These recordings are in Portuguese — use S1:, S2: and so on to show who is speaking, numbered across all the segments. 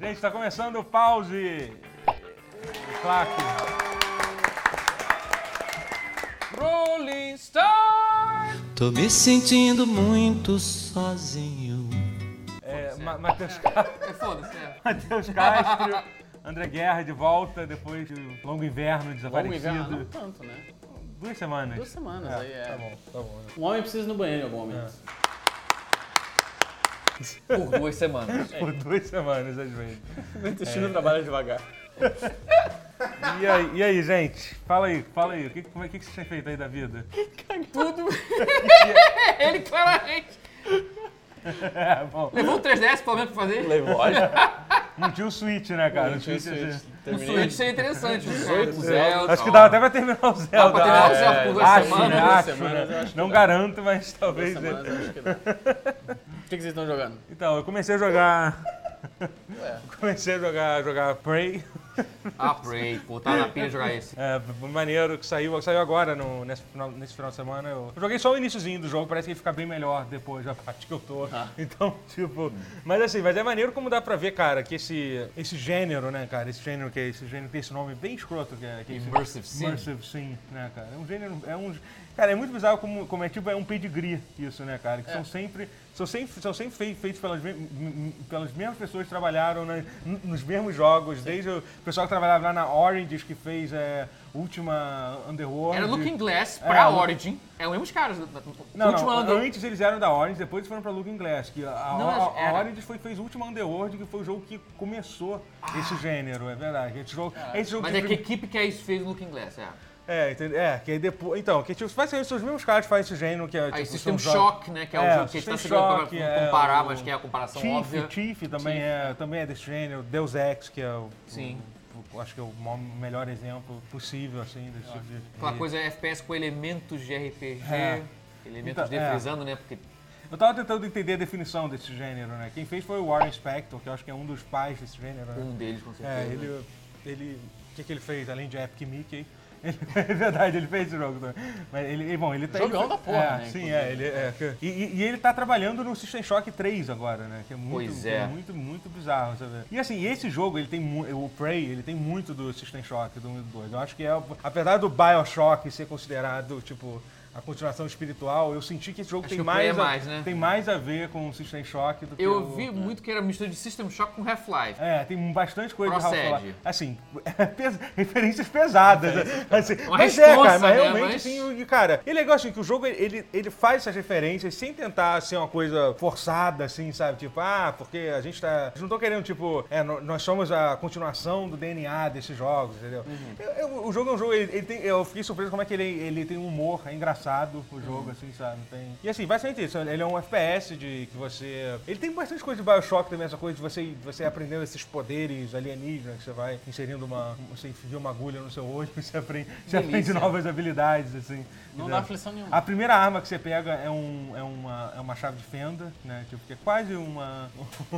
S1: Gente, está começando o pause. Claque.
S2: Rolling Stone.
S3: Tô me sentindo muito sozinho.
S1: É, Ma- Matheus Ca-
S2: É foda-se, é.
S1: Matheus Castro. André Guerra de volta depois do longo inverno
S4: Longo
S1: desaparecido.
S4: inverno, não tanto, né?
S1: Duas semanas.
S4: Duas semanas aí é.
S1: Tá bom, tá bom.
S4: Um homem precisa ir no banheiro em algum momento.
S2: Por duas semanas.
S1: Por duas semanas, às vezes.
S4: O intestino trabalha devagar.
S1: E aí, e aí, gente? Fala aí, fala aí. O que, como é, o que que vocês têm feito aí da vida?
S2: Tudo. Ele claramente.
S1: É, bom.
S2: Levou um 3DS pelo menos pra fazer.
S4: Levou, olha.
S1: Não tinha o Switch, né, cara? Não tinha o Switch.
S2: O Switch seria interessante. Os
S4: 18 Zelda.
S1: Acho que dava até pra terminar o Zelda.
S2: pra terminar o
S1: É.
S2: Zelda por duas
S1: Acho, né?
S2: semanas.
S4: duas
S1: Acho,
S4: semanas,
S1: né?
S4: eu acho que
S1: Não
S4: dá.
S1: garanta, mas talvez. né?
S4: semanas, eu acho que não. O que, que vocês estão jogando?
S1: Então, eu comecei a jogar.
S4: Ué.
S1: comecei a jogar, jogar Prey.
S2: Ah, Prey, pô, tá na pilha jogar esse.
S1: É, maneiro, que saiu, saiu agora no, nesse, final, nesse final de semana. Eu eu joguei só o iníciozinho do jogo, parece que fica bem melhor depois da parte que eu tô. Então, tipo. Mas assim, mas é maneiro como dá pra ver, cara, que esse, esse gênero, né, cara? Esse gênero que é esse gênero que tem esse nome bem escroto, que é. Que é esse-
S2: Immersive Sim.
S1: Immersive Sim, né, cara? É um gênero. É um, cara, é muito bizarro como, como é tipo, é um pedigree isso, né, cara?
S2: É.
S1: Que são sempre. São sempre, são sempre fei- feitos pelas, me- m- m- pelas mesmas pessoas que trabalharam nas- n- nos mesmos jogos, desde o pessoal que trabalhava lá na Oranges, que fez é, Última Underworld.
S2: Era Looking Glass
S1: É,
S2: pra
S1: a-
S2: Origin. É o mesmo cara.
S1: Não,
S2: Última
S1: não, é um
S2: Under-
S1: antes eles eram da Orange, depois eles foram pra Looking Glass. Que a, a,
S2: Não,
S1: a- a
S2: era.
S1: Orange foi, fez o último Underworld, que foi o jogo que começou esse gênero, é verdade. Esse jogo, esse jogo
S2: Ah. Mas
S1: que
S2: é que equipe que é isso fez no Looking Glass, é.
S1: É, entende- é, que aí depois. Então, que tipo, vai ser os mesmos caras que fazem esse gênero, que é.
S2: Aí
S1: tipo,
S2: System
S1: são jogos-
S2: Shock, né? Que é o
S1: É,
S2: jogo que a gente tá
S1: System
S2: chegando
S1: Shock,
S2: pra
S1: é,
S2: comparar,
S1: o-
S2: mas que é a comparação óbvia.
S1: Chief, Chief também é, também é desse gênero, Deus Ex, que é o.
S2: Sim.
S1: o- acho que é o maior- melhor exemplo possível, assim, desse tipo de.
S2: Aquela
S1: de-
S2: coisa é FPS com elementos de RPG.
S1: É.
S2: Elementos
S1: Então,
S2: de
S1: é.
S2: frisando, né? Porque
S1: Eu tava tentando entender a definição desse gênero, né? Quem fez foi o Warren Spector, que eu acho que é um dos pais desse gênero, né?
S2: um deles, com
S1: É,
S2: certeza. né?
S1: ele. ele o que, que ele fez, além de Epic Mickey? Ele, é verdade, ele fez esse jogo também. Mas ele, bom, ele tá.
S4: Jogão
S1: ele-
S4: da porra,
S1: é,
S4: né,
S1: Sim,
S4: inclusive.
S1: é. Ele, é que- e, e- e ele tá trabalhando no System Shock 3 agora, né? Que é muito,
S2: Pois é.
S1: muito, muito bizarro, sabe? E assim, esse jogo, ele tem. mu- O Prey, ele tem muito do System Shock do 1 e do 2. Eu acho que é. Apesar do Bioshock ser considerado, tipo. A continuação espiritual, eu senti que esse jogo
S2: Acho
S1: tem
S2: que o
S1: mais,
S2: Prey é
S1: a,
S2: mais, né?
S1: tem mais a ver com o System Shock do que
S2: Eu
S1: o... um
S2: vi
S4: é.
S2: muito que era mistura de System Shock com Half-Life.
S1: É, tem bastante coisa de Ralph
S2: Procede.
S1: Lauren. Assim, pes- referências pesadas. né? Assim,
S2: Uma
S1: mas é,
S2: responsa,
S1: cara, mas
S2: né?
S1: realmente,
S2: Mas-
S1: assim, o- e, cara, e é legal assim, que o jogo, ele, ele faz essas referências sem tentar ser uma coisa forçada, assim, sabe? Tipo, ah, porque a gente tá... Eles não estão querendo, tipo, é, no- nós somos a continuação do DNA desses jogos, entendeu? Eu- eu- o jogo é um jogo, ele, ele tem- eu fiquei surpreso como é que ele, ele tem um humor, é engraçado o jogo, assim, sabe? Tem- E assim, basicamente isso, ele é um FPS de que você... Ele tem bastante coisa de Bioshock também, essa coisa de você, você aprendendo esses poderes alienígenas, que você vai inserindo uma... Você enfia uma agulha no seu olho, você aprende, você aprende
S2: Delícia.
S1: novas habilidades, assim.
S4: Não
S1: entendeu?
S4: dá aflição nenhuma.
S1: A primeira arma que você pega é, um, é, uma, é uma chave de fenda, né? Tipo, que é quase uma.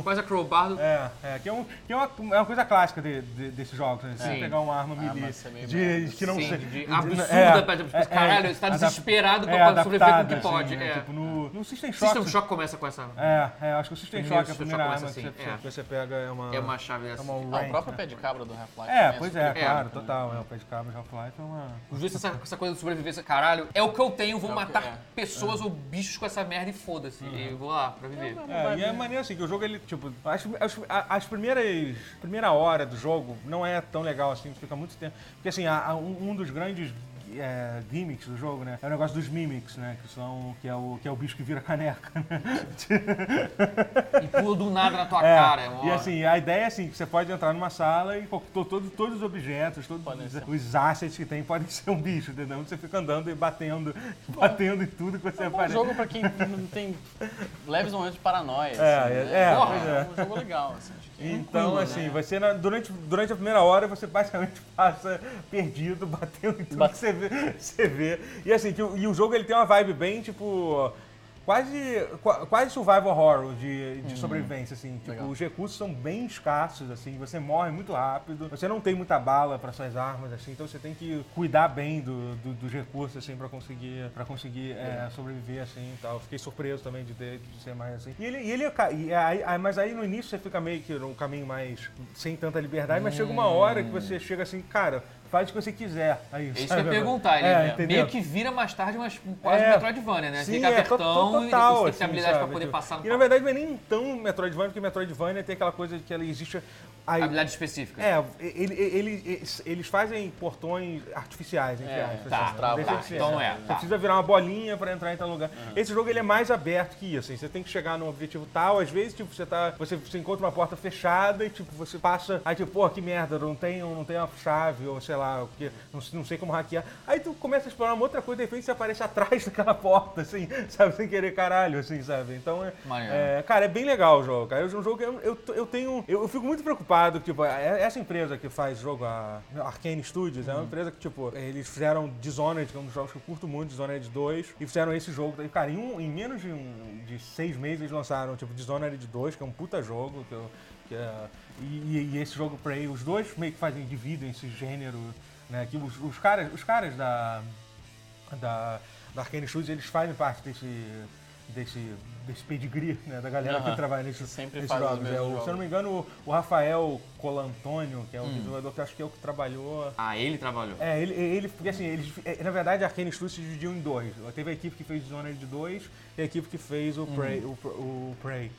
S2: Quase a crowbar do...
S1: É, é, que é, um, que é, uma, é uma coisa clássica de, de, desses jogos, né? Você
S2: Sim. Ah,
S1: pegar uma arma melee
S4: mas isso é meio
S1: de, de que não
S2: Sim,
S1: sei-
S2: de
S1: de-
S2: absurda,
S1: é,
S2: pra- tipo,
S1: é,
S2: caralho, você tá
S1: adap-
S2: desesperado pra
S1: é,
S2: sobreviver com o que
S1: adaptada,
S2: pode,
S1: assim, né?
S2: é.
S1: Tipo, no, no System Shock.
S2: System Shock começa com essa.
S1: É, é, acho que o System
S2: Primeiro
S1: Shock é a
S2: System
S1: primeira
S2: Shock
S1: arma que
S2: começa
S1: você,
S2: assim, é.
S1: que você pega é uma.
S2: É uma chave dessa.
S1: é uma
S4: Ah,
S1: rank,
S4: o próprio
S1: né?
S4: pé de cabra do Half-Life.
S1: É,
S4: também
S1: pois
S4: assim.
S1: é, claro,
S2: É.
S1: total. É, o pé de cabo de Half-Life é uma.
S2: Os dois com essa, com essa coisa de sobrevivência, caralho. É o que eu tenho, vou
S4: É o que-
S2: matar
S4: é.
S2: pessoas ou bichos com essa merda e foda-se.
S1: Uhum.
S2: E vou lá pra viver.
S1: É, e é maneiro assim, que o jogo ele, tipo, as, as, a- as primeiras. Primeira hora do jogo não é tão legal assim, fica muito tempo. Porque assim, a- a- um, um dos grandes é, gimmicks do jogo, né? É o negócio dos mimics, né? Que são. Que é o, que é o bicho que vira caneca, né?
S4: É,
S2: E pula do nada na tua
S1: É,
S2: cara. É uma
S1: e
S2: hora.
S1: assim, a ideia é assim, que você pode entrar numa sala e co- to- todo, todos os objetos, todos
S4: Podem
S1: os,
S4: ser.
S1: os assets que tem podem ser um bicho, entendeu? Você fica andando e batendo, batendo em tudo que você
S4: É um bom
S1: aparece.
S4: jogo pra quem não tem leves momentos de paranoia.
S1: É,
S4: assim,
S1: é,
S4: né?
S1: é,
S4: Porra,
S1: pois
S4: é
S1: é.
S4: um jogo legal. Assim, acho que-
S1: Então, assim, você na- durante, durante a primeira hora você basicamente passa perdido, batendo em tudo que você vê, você vê. E assim, que o- e o jogo ele tem uma vibe bem tipo. quase, qua- quase survival horror de,
S2: Uhum.
S1: de sobrevivência, assim. Tipo,
S4: Legal.
S1: os recursos são bem escassos, assim. Você morre muito rápido, você não tem muita bala para suas armas, assim. Então você tem que cuidar bem do, do- dos recursos, assim, para conseguir, pra conseguir é, sobreviver, assim, e tal. Fiquei surpreso também de, ter, de ser mais assim. E ele, e ele é ca- e aí- aí- mas aí no início você fica meio que num caminho mais sem tanta liberdade, mas chega uma hora que você chega assim, cara, faz o que você quiser. Aí,
S2: Hum. É isso que
S1: sabe?
S2: eu ia perguntar, ele
S1: É,
S2: né,
S1: entendeu?
S2: meio que vira mais tarde, mas quase
S1: É.
S2: um Metroidvania, né?
S1: Sim,
S2: fica
S1: é, to- to-
S2: apertão e
S1: total,
S2: você tem que
S1: assim,
S2: ter habilidade pra
S1: sabe?
S2: poder
S1: Tipo,
S2: passar no
S1: E na
S2: palco.
S1: verdade não é nem tão Metroidvania, porque Metroidvania tem aquela coisa de que ela existe... a-
S2: Habilidade específica.
S1: É, ele, ele- eles- eles fazem portões artificiais, entre
S4: É,
S1: aspas.
S2: tá,
S1: não deixa
S4: tá,
S1: de ser,
S2: então
S1: né?
S2: é,
S1: Você
S2: tá. Uhum.
S1: precisa virar uma bolinha pra entrar em tal lugar. Esse jogo ele é mais aberto que isso, assim. Você tem que chegar num objetivo tal, às vezes, tipo, você tá. Você, você encontra uma porta fechada e tipo, você passa. Aí, tipo, pô, que merda, não tem, não tem uma chave, ou sei lá, porque não, não sei como hackear. Aí tu começa a explorar uma outra coisa, de repente você aparece atrás daquela porta, assim, sabe, sem querer caralho, assim, sabe? Então é.
S2: Maneiro.
S1: é, é, cara, é bem legal o jogo, cara. É um jogo que eu, eu, eu tenho. Eu, eu fico muito preocupado, tipo, é- essa empresa que faz jogo, a Arkane Studios, é uma empresa que, tipo, eles fizeram Dishonored, que é um dos jogos que eu curto muito, Dishonored 2, e fizeram esse jogo. E, cara, em, um- em menos de, um- de seis meses eles lançaram, tipo, Dishonored 2, que é um puta jogo, que, eu- que é- e, e- e esse jogo Prey, os dois meio que fazem, dividem esse gênero, né? Que os, os caras, os caras da da, da Arcane Studios, eles fazem parte desse, desse, desse pedigree, né? Da galera que
S4: Aham.
S1: trabalha nesse,
S4: Sempre
S1: nesses
S4: faz os
S1: jogos. É,
S4: mesmos
S1: o-
S4: jogos. Hum.
S1: Se eu não me engano, o, o Rafael Colantônio, que é o desenvolvedor que eu acho que é o que trabalhou...
S2: Ah, ele trabalhou.
S1: É, ele, ele porque assim, eles, é, na verdade a Arkane Studios se dividiu em dois. Teve a equipe que fez Dishonored 2 e a equipe que fez
S4: Hum.
S1: o Prey. O, Pr- o Prey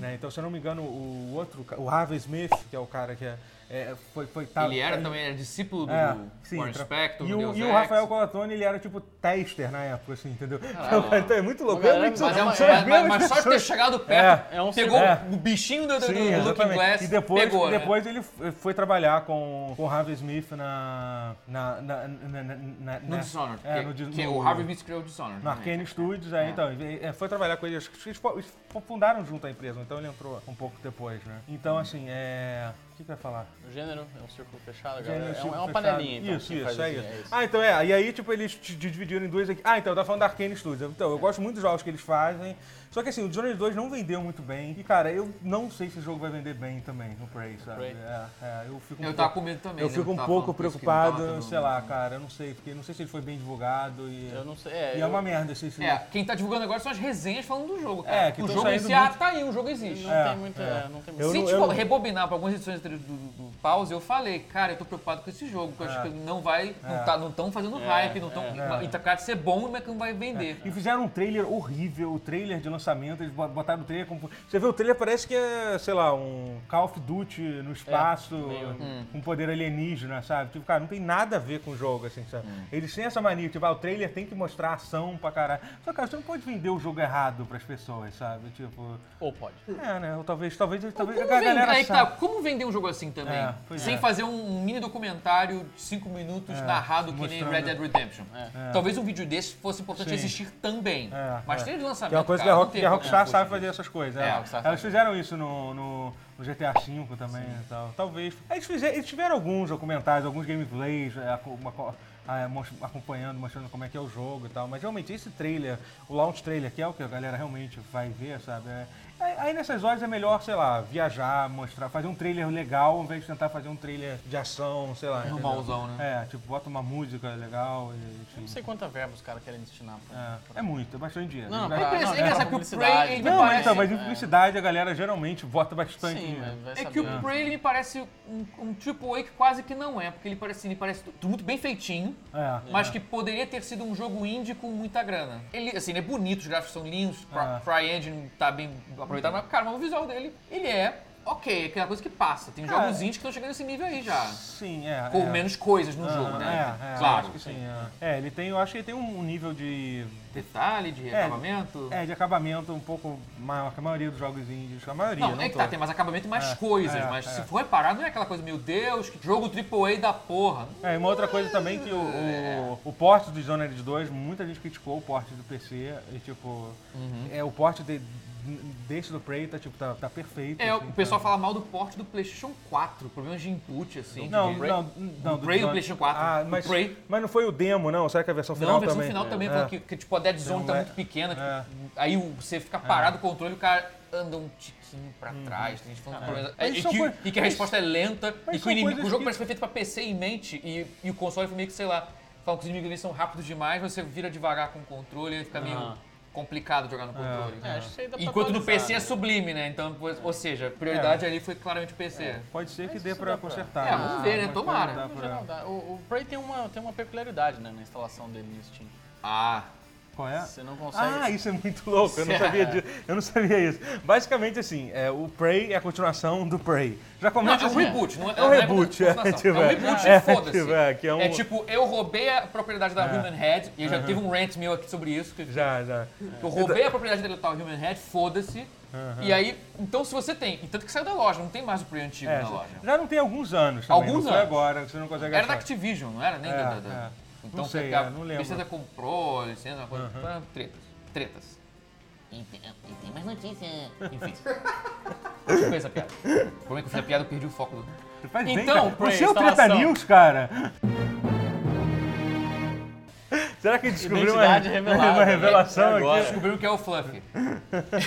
S1: né? Então, se eu não me engano, o outro, ca- o Harvey Smith, que é o cara que é, é, foi, foi tá-
S2: Ele era também, era discípulo do
S1: é,
S2: Warren
S1: tra-
S2: Spector,
S1: E
S2: do
S1: o,
S2: Deus
S1: e o
S2: Ex.
S1: Rafael Colatoni, ele era tipo tester na época, assim, entendeu?
S2: Caralho.
S1: Então, cara, então é muito louco.
S4: Mas
S1: é muito-
S2: Ah, Mas, é
S1: são
S2: um-
S1: as
S2: mas- mas-
S1: mesmas
S2: mas só de ter
S1: pessoas.
S2: chegado perto,
S4: É um
S2: pegou
S1: é.
S2: o bichinho do, do, do
S1: Sim,
S2: Looking
S1: exatamente.
S2: Glass,
S1: e depois,
S2: pegou, né?
S1: depois ele f- foi trabalhar com, com o Harvey Smith na. na, na, na, na, na-
S2: No
S1: na-
S2: Dishonored,
S1: É,
S2: que-
S1: no, Dis-
S2: que
S1: no-
S2: o Harvey Smith criou o Dishonored. né?
S1: No
S2: também.
S1: Arkane Studios,
S2: É.
S1: aí, então, e- e- foi trabalhar com ele, acho que eles fo- eles fo- fundaram junto a empresa, então ele entrou um pouco depois, né? Então, assim, é... O que que eu ia falar?
S4: O gênero é um círculo fechado,
S1: Gênero,
S4: galera. É, um-
S1: tipo,
S4: é uma
S1: fechado.
S4: panelinha, então.
S1: Isso,
S4: quem faz
S1: isso, é
S4: assim,
S1: isso.
S4: é isso.
S1: Ah, então é. E aí, tipo, eles te te dividiram em duas aqui. Ah, então, eu tava falando da Arkane Studios. Então, eu gosto muito dos jogos que eles fazem. Só que assim, o Dishonored 2 não vendeu muito bem. E, cara, eu não sei se o jogo vai vender bem também no Prey, sabe?
S4: Prey.
S1: É, é, eu fico um
S2: Eu
S1: pouco-
S2: tava com medo também.
S1: eu
S2: né?
S1: fico um
S2: tava
S1: pouco
S2: falando por isso que
S1: preocupado,
S2: não tava
S1: sei
S2: tendo-
S1: lá, cara, eu não sei, porque não sei se ele foi bem divulgado e,
S4: Eu não sei. É,
S1: e é
S4: eu-
S1: uma merda se esse
S2: É, quem tá divulgando agora são as resenhas falando do jogo, cara.
S1: É, que
S2: o
S1: tão
S2: jogo em
S1: saindo
S2: si,
S1: muito-
S2: ah, tá aí, o jogo existe.
S4: Não,
S1: É,
S4: tem muito,
S1: é.
S4: é, não tem
S1: Eu
S4: muito.
S2: Se,
S1: não-
S2: tipo,
S1: não-
S2: rebobinar pra algumas edições do, do, do Pause, eu falei, cara, eu tô preocupado com esse jogo, porque eu acho
S1: É.
S2: que não vai, não
S1: É.
S2: tá, não tão fazendo hype, não tão,
S1: é.
S2: e tá cara de ser bom, mas que não vai vender.
S1: E fizeram um trailer horrível, o trailer de lançamento, eles bo- botaram o trailer como... Você vê o trailer, parece que é, sei lá, um Call of Duty
S2: É,
S1: no espaço, um
S4: meio-
S1: com poder alienígena, sabe? Tipo, cara, não tem nada a ver com o jogo, assim, sabe? Eles têm essa mania, tipo, ah, o trailer tem que mostrar ação pra caralho. Só, cara, você não pode vender o jogo errado pras pessoas, sabe? Tipo,
S4: Ou pode.
S1: é, né? Ou talvez, talvez, talvez a
S2: Como, vender,
S1: galera
S2: aí que tá,
S1: sabe.
S2: como vender um jogo assim também?
S1: É, pois
S2: sem
S1: é.
S2: fazer um mini documentário de 5 minutos narrado que nem
S1: mostrando-
S2: Red Dead Redemption.
S4: É.
S2: Talvez um vídeo desse fosse importante
S1: Sim.
S2: existir também.
S1: É,
S2: Mas
S1: é.
S2: tem de
S1: Que
S2: lançamento.
S1: é uma coisa
S2: cara,
S1: que a,
S2: não
S1: Rock,
S2: tem
S1: que a
S2: como
S1: Rockstar
S2: fugir
S1: sabe
S2: disso.
S1: fazer essas coisas.
S2: É,
S1: né?
S2: a Rockstar
S1: Elas
S2: sabe.
S1: fizeram isso no, no, no GTA V também e tal. Talvez. Eles, fizeram, eles tiveram alguns documentários, alguns gameplays, é, aco- uma co- ah, é, mos- acompanhando, mostrando como é que é o jogo e tal. Mas realmente esse trailer, o launch trailer, que é o que a galera realmente vai ver, sabe? É- é- aí nessas horas é melhor, sei lá, viajar, mostrar, fazer um trailer legal, ao invés de tentar fazer um trailer de ação, sei lá. entendeu?
S2: Normalzão, né?
S1: É, tipo, bota uma música legal e.
S4: Eu não
S1: Enfim,
S4: sei quantas verbas os caras querem destinar pra.
S1: é, é muito, é bastante dinheiro.
S4: Não, não,
S1: Vai-
S2: É engraçado-
S4: Não,
S2: é engraçado
S4: é
S2: que o
S4: publicidade.
S2: Prey, ele me
S4: Não,
S1: não,
S2: parece...
S1: então, mas em publicidade a galera geralmente vota bastante.
S4: Sim,
S1: né?
S4: mas vai
S2: É
S4: saber.
S2: que o Prey ele me parece um, um AAA que quase que não é, porque ele parece, ele parece tu- muito bem feitinho,
S1: É.
S2: mas que poderia ter sido um jogo indie com muita grana. Ele, assim, ele é bonito, os gráficos são lindos,
S1: Ah.
S2: Cry- CryEngine tá bem aproveitado, mas, cara, mas o visual dele, ele é ok, é aquela coisa que passa. Tem
S1: Cara,
S2: jogos indies que estão chegando nesse nível aí já,
S1: Sim, é.
S2: com
S1: é.
S2: menos coisas no
S1: Ah,
S2: jogo, né?
S1: É, é,
S2: claro.
S1: Acho que sim. É. É, ele tem, eu acho que ele tem um nível de.
S2: Detalhe de acabamento.
S1: É, de acabamento um pouco maior que a maioria dos jogos indies. A maioria,
S2: Não,
S1: não,
S2: é que tá,
S1: todos.
S2: tem mais acabamento e mais
S1: É,
S2: coisas,
S1: é,
S2: mas
S1: é.
S2: se for reparar, não é aquela coisa, meu Deus, que jogo AAA da porra.
S1: É, e uma outra coisa também que o, o, o porte
S2: Uhum.
S1: do Dishonored 2, muita gente criticou o porte do PC, e tipo, é, o porte de- desse do Prey tá, tipo, tá, tá perfeito.
S2: É,
S1: assim,
S2: o pessoal
S1: tá.
S2: fala mal do porte do PlayStation 4, problemas de input, assim.
S1: Não,
S2: de-
S1: não, não.
S2: Do Prey do
S1: John-
S2: PlayStation 4.
S1: Ah,
S2: Do
S1: mas,
S2: Prey.
S1: mas não foi o demo, não? Será que a versão
S2: Não,
S1: final
S2: a versão
S1: também?
S2: final também,
S1: É.
S2: falou que, que, tipo, a dead zone
S1: Não
S2: tá
S1: é-
S2: muito pequena, tipo, aí o- você fica parado o controle, o cara anda um tiquinho pra trás, tem gente falando coisa-
S1: Uhum. É. Mas
S2: e,
S1: isso são
S2: que,
S1: coi-
S2: e que a
S1: mas-
S2: resposta é lenta,
S1: mas
S2: e que o,
S1: são
S2: inimigo-
S1: coisas
S2: o jogo
S1: que-
S2: parece que foi feito pra PC e mente, e, e o console foi meio que, sei lá, falam que os inimigos eles são rápidos demais, você vira devagar com o controle, e fica meio
S4: Ah.
S2: complicado jogar no controle.
S4: É, acho que isso aí dá pra
S2: Enquanto no
S4: atualizar,
S2: PC é
S4: né?
S2: sublime, né? Então, pois- ou seja, a prioridade
S1: É.
S2: ali foi claramente o PC.
S1: Pode ser que dê
S4: isso tá.
S1: pra
S4: dá pra-
S1: consertar.
S2: É, vamos ver, né?
S1: Mas
S2: Tomara.
S1: dá
S4: No
S1: pra-
S4: geral dá. O, o Prey tem uma, tem uma peculiaridade né, na instalação dele no Steam.
S2: Ah,
S1: Qual é?
S4: Você não consegue.
S1: Ah, isso é muito louco, eu não
S2: é.
S1: sabia disso. Eu não sabia isso. Basicamente, assim, é, o Prey é a continuação do Prey. Já
S2: Não,
S1: começa
S2: é um
S1: assim,
S2: reboot, não
S1: É
S2: é,
S1: um
S2: não
S1: reboot,
S2: uma
S1: é,
S2: continuação.
S1: tipo,
S2: é um
S1: é.
S2: reboot,
S1: É,
S2: foda-se.
S1: tipo, é, que é um- É.
S2: tipo, eu roubei a propriedade da Human Head, e eu já teve um rant meu aqui sobre isso, que
S1: Já, já.
S2: eu roubei a propriedade intelectual Human Head, foda-se. E aí, então se você tem, e tanto que saiu da loja, não tem mais o Prey antigo
S1: É,
S2: na loja.
S1: já não tem alguns anos também.
S2: Alguns
S1: não foi
S2: anos.
S1: agora, que você não consegue
S2: Era da
S1: achar.
S2: Activision, não era? Nem
S1: É,
S2: da... da- da-
S1: é.
S2: Então
S1: sei,
S2: que a
S1: é, não lembro.
S2: Bethesda comprou, licença, uma coisa, ah, tretas. Tretas.
S5: E tem, e tem mais notícia.
S2: Enfim. Deixa é eu essa piada. O problema é que eu fiz a piada, eu perdi o foco do...
S1: Faz bem,
S2: Então,
S1: cara.
S2: Prey,
S1: você é o Treta
S4: instalação.
S1: News, cara? Será que ele descobriu uma,
S4: Identidade revelada,
S1: uma revelação
S4: né?
S1: aqui?
S4: Agora.
S2: descobriu que é o Fluffy.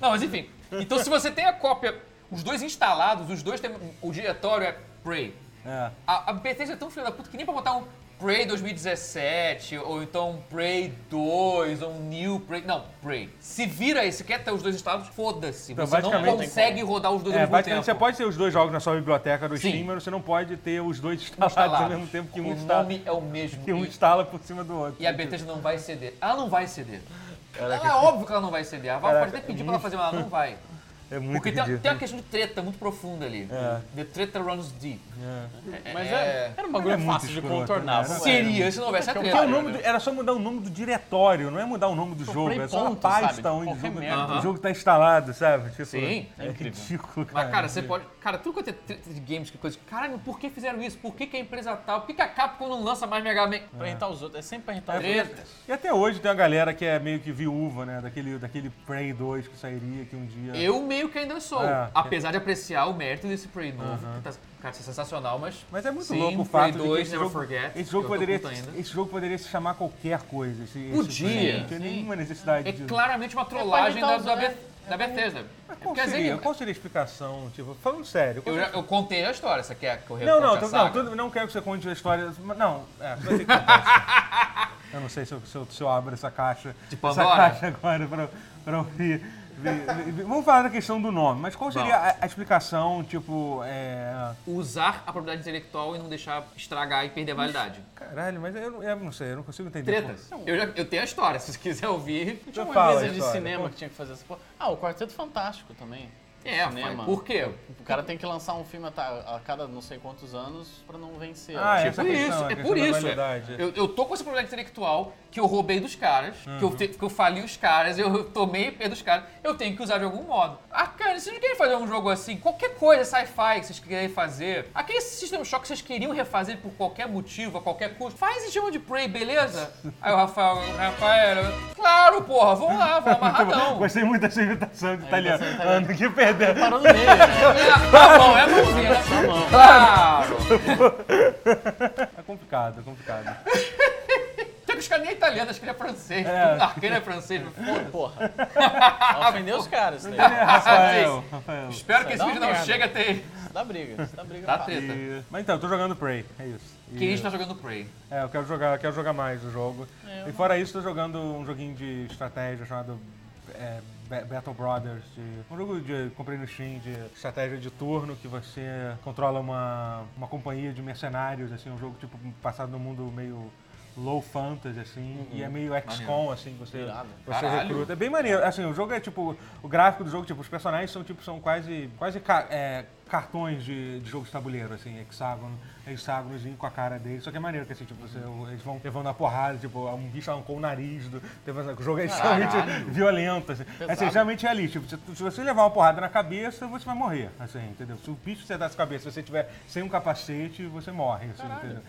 S2: não, mas enfim. Então, se você tem a cópia, os dois instalados, os dois têm. O diretório é Prey.
S1: É.
S2: A, a Bethesda é tão filha da puta que nem pra botar um Prey 2017, ou então um Prey 2, ou um New Prey. Não, Prey. Se vira aí, se quer ter os dois instalados, foda-se.
S1: Então,
S2: Você não
S1: basicamente-
S2: consegue rodar os dois
S1: É,
S2: ao mesmo
S1: basicamente
S2: tempo.
S1: você pode ter os dois jogos na sua biblioteca do
S2: Sim.
S1: Steam, mas você não pode ter os dois instalados, é ao
S2: Instalados.
S1: mesmo tempo que um,
S2: O
S1: instala,
S2: nome é o mesmo.
S1: que um
S2: E-
S1: instala por cima do outro.
S2: E a Bethesda não vai ceder. Ela não vai ceder. Ela é óbvio que ela não vai ceder. A Valve pode até pedir pra ela fazer, mas ela não vai.
S1: É muito
S2: Porque tem,
S1: ridículo.
S2: tem uma questão de treta muito profunda ali.
S1: É.
S2: The treta runs deep.
S4: Mas é- era um bagulho
S1: É muito
S4: fácil de
S1: escroto,
S4: contornar.
S1: né?
S4: vamos lá.
S2: Seria se não houvesse a
S4: Porque o
S2: treta.
S1: Porque é o nome do- era só mudar o nome do diretório, não é mudar o nome do jogo,
S4: Play
S1: é só a
S4: ponto,
S1: pasta
S4: sabe?
S1: onde o
S4: Qualquer
S1: jogo,
S4: merda.
S1: o jogo tá instalado, sabe? Tipo,
S2: Sim,
S1: é,
S4: é incrível.
S1: ridículo, cara.
S2: Mas, cara, você pode. Cara, tudo quanto é treta de games, que coisa. Caralho, por que fizeram isso? Por que, que a empresa tal? Por que, que a Capcom não lança mais Mega Man?
S4: Pra irritar os outros. É sempre pra irritar os outros.
S2: Treta.
S1: E até hoje tem uma galera que é meio que viúva, né? Daquele, daquele Prey 2 que sairia, que um dia...
S2: Eu meio que ainda sou.
S1: É.
S2: Apesar de apreciar o mérito desse Prey novo, que tá, cara, isso é sensacional, mas.
S1: Mas é muito
S2: Sim,
S1: louco o
S2: Prey
S1: fato de que
S2: 2,
S1: esse
S2: Never
S1: jogo,
S2: Forget,
S1: esse, jogo
S2: que eu tô
S1: poderia,
S2: puto ainda.
S1: esse jogo poderia se chamar qualquer coisa. Esse, esse
S2: Podia,
S1: Prey. Não tinha
S2: sim.
S1: nenhuma necessidade
S2: É
S1: de...
S2: claramente uma trollagem da,
S4: os-
S2: da,
S4: é-
S2: Beth- da Bethesda.
S1: Mas qual,
S2: Quer dizer,
S1: seria, qual seria a explicação? Tipo, falando sério. qual
S2: Eu, já- eu contei a história, você quer que eu
S1: Não, não,
S2: reconte a
S1: tu- não,
S2: saga?
S1: tudo- não quero que você conte a história. mas Não, é, você vai ter que contar. a história. eu não sei se eu, se eu- se eu abro essa caixa.
S2: De
S1: essa
S2: Pandora?
S1: caixa agora pra, pra ouvir. vi- vi- Vamos falar da questão do nome, mas qual seria a, a explicação, tipo, é.
S2: Usar a propriedade intelectual e não deixar estragar e perder a validade.
S1: Caralho, mas eu, não- eu não sei, eu não consigo entender.
S2: Tretas. Eu, já, eu tenho a história, se você quiser ouvir.
S4: Tinha uma
S1: fala a
S4: empresa de
S1: história,
S4: cinema
S1: pô.
S4: que tinha que fazer essa porra. Ah, o Quarteto Fantástico também.
S2: É,
S4: Cinema.
S2: mas por quê?
S4: O cara tem que lançar um filme a, ta- a cada não sei quantos anos pra não vencer.
S1: Ah,
S4: Tipo,
S1: essa
S2: Por
S1: questão,
S2: isso,
S1: a
S2: é
S1: questão
S2: por
S1: da
S2: isso. é.
S1: validade.
S2: Eu, eu tô com essa propriedade intelectual que eu roubei dos caras, que,
S1: Uhum.
S2: eu te- que eu fali os caras, eu tomei IP dos caras, eu tenho que usar de algum modo. Ah, cara, vocês não querem fazer um jogo assim? Qualquer coisa sci-fi que vocês querem fazer, aquele System Shock que vocês queriam refazer por qualquer motivo, a qualquer custo, faz e chama de Prey, beleza? Aí o Rafael, Rafael, claro, porra, vamos lá, vamos amarradão.
S1: Gostei muito dessa invitação de italiano.
S4: imitação de italiano.
S1: Ano que perdeu.
S4: Parou no meio, né? Tá
S2: Ah, Tá bom, é a mãozinha, né? Claro!
S1: É complicado, é complicado.
S2: Até que os caras nem é italiano, acho que ele é francês.
S1: É.
S2: O Arqueiro é francês, mas foda-se.
S4: Porra. Ofendeu os caras, tá isso
S1: É,
S4: daí.
S1: Rafael, Rafael.
S2: Espero que esse
S4: Dá uma
S2: vídeo não
S4: merda.
S2: chegue até aí.
S4: Isso dá briga, isso dá briga.
S2: Dá
S4: pra-
S2: treta.
S1: E- mas então, eu tô jogando Prey, é isso. E-
S2: Quem
S4: tá-
S2: está tá jogando Prey?
S1: É, eu quero jogar, eu quero jogar mais o jogo.
S4: É,
S1: e fora isso, tô jogando um joguinho de estratégia chamado é, Ba- Battle Brothers. de- um jogo de. comprei no Steam de estratégia de turno, que você controla uma, uma companhia de mercenários, assim, um jogo tipo passado no mundo meio. Low fantasy, assim, e é meio XCOM, assim, você,
S4: Irado.
S1: você
S2: Caralho.
S1: recruta. É bem maneiro. Assim, o jogo é tipo. O gráfico do jogo, tipo, os personagens são tipo, são quase. quase ca- é, cartões de, de jogo de tabuleiro, assim, hexágono, hexágonozinho com a cara dele. Só que é maneiro que assim, tipo, você, o- eles vão levando a porrada, tipo, um bicho arrancou o nariz do. tem uma- O jogo é extremamente violento. Assim. assim, geralmente é ali, tipo, se, se você levar uma porrada na cabeça, você vai morrer. Assim, entendeu? Se o bicho te dar a cabeça, se você tiver sem um capacete, você morre, assim, entendeu?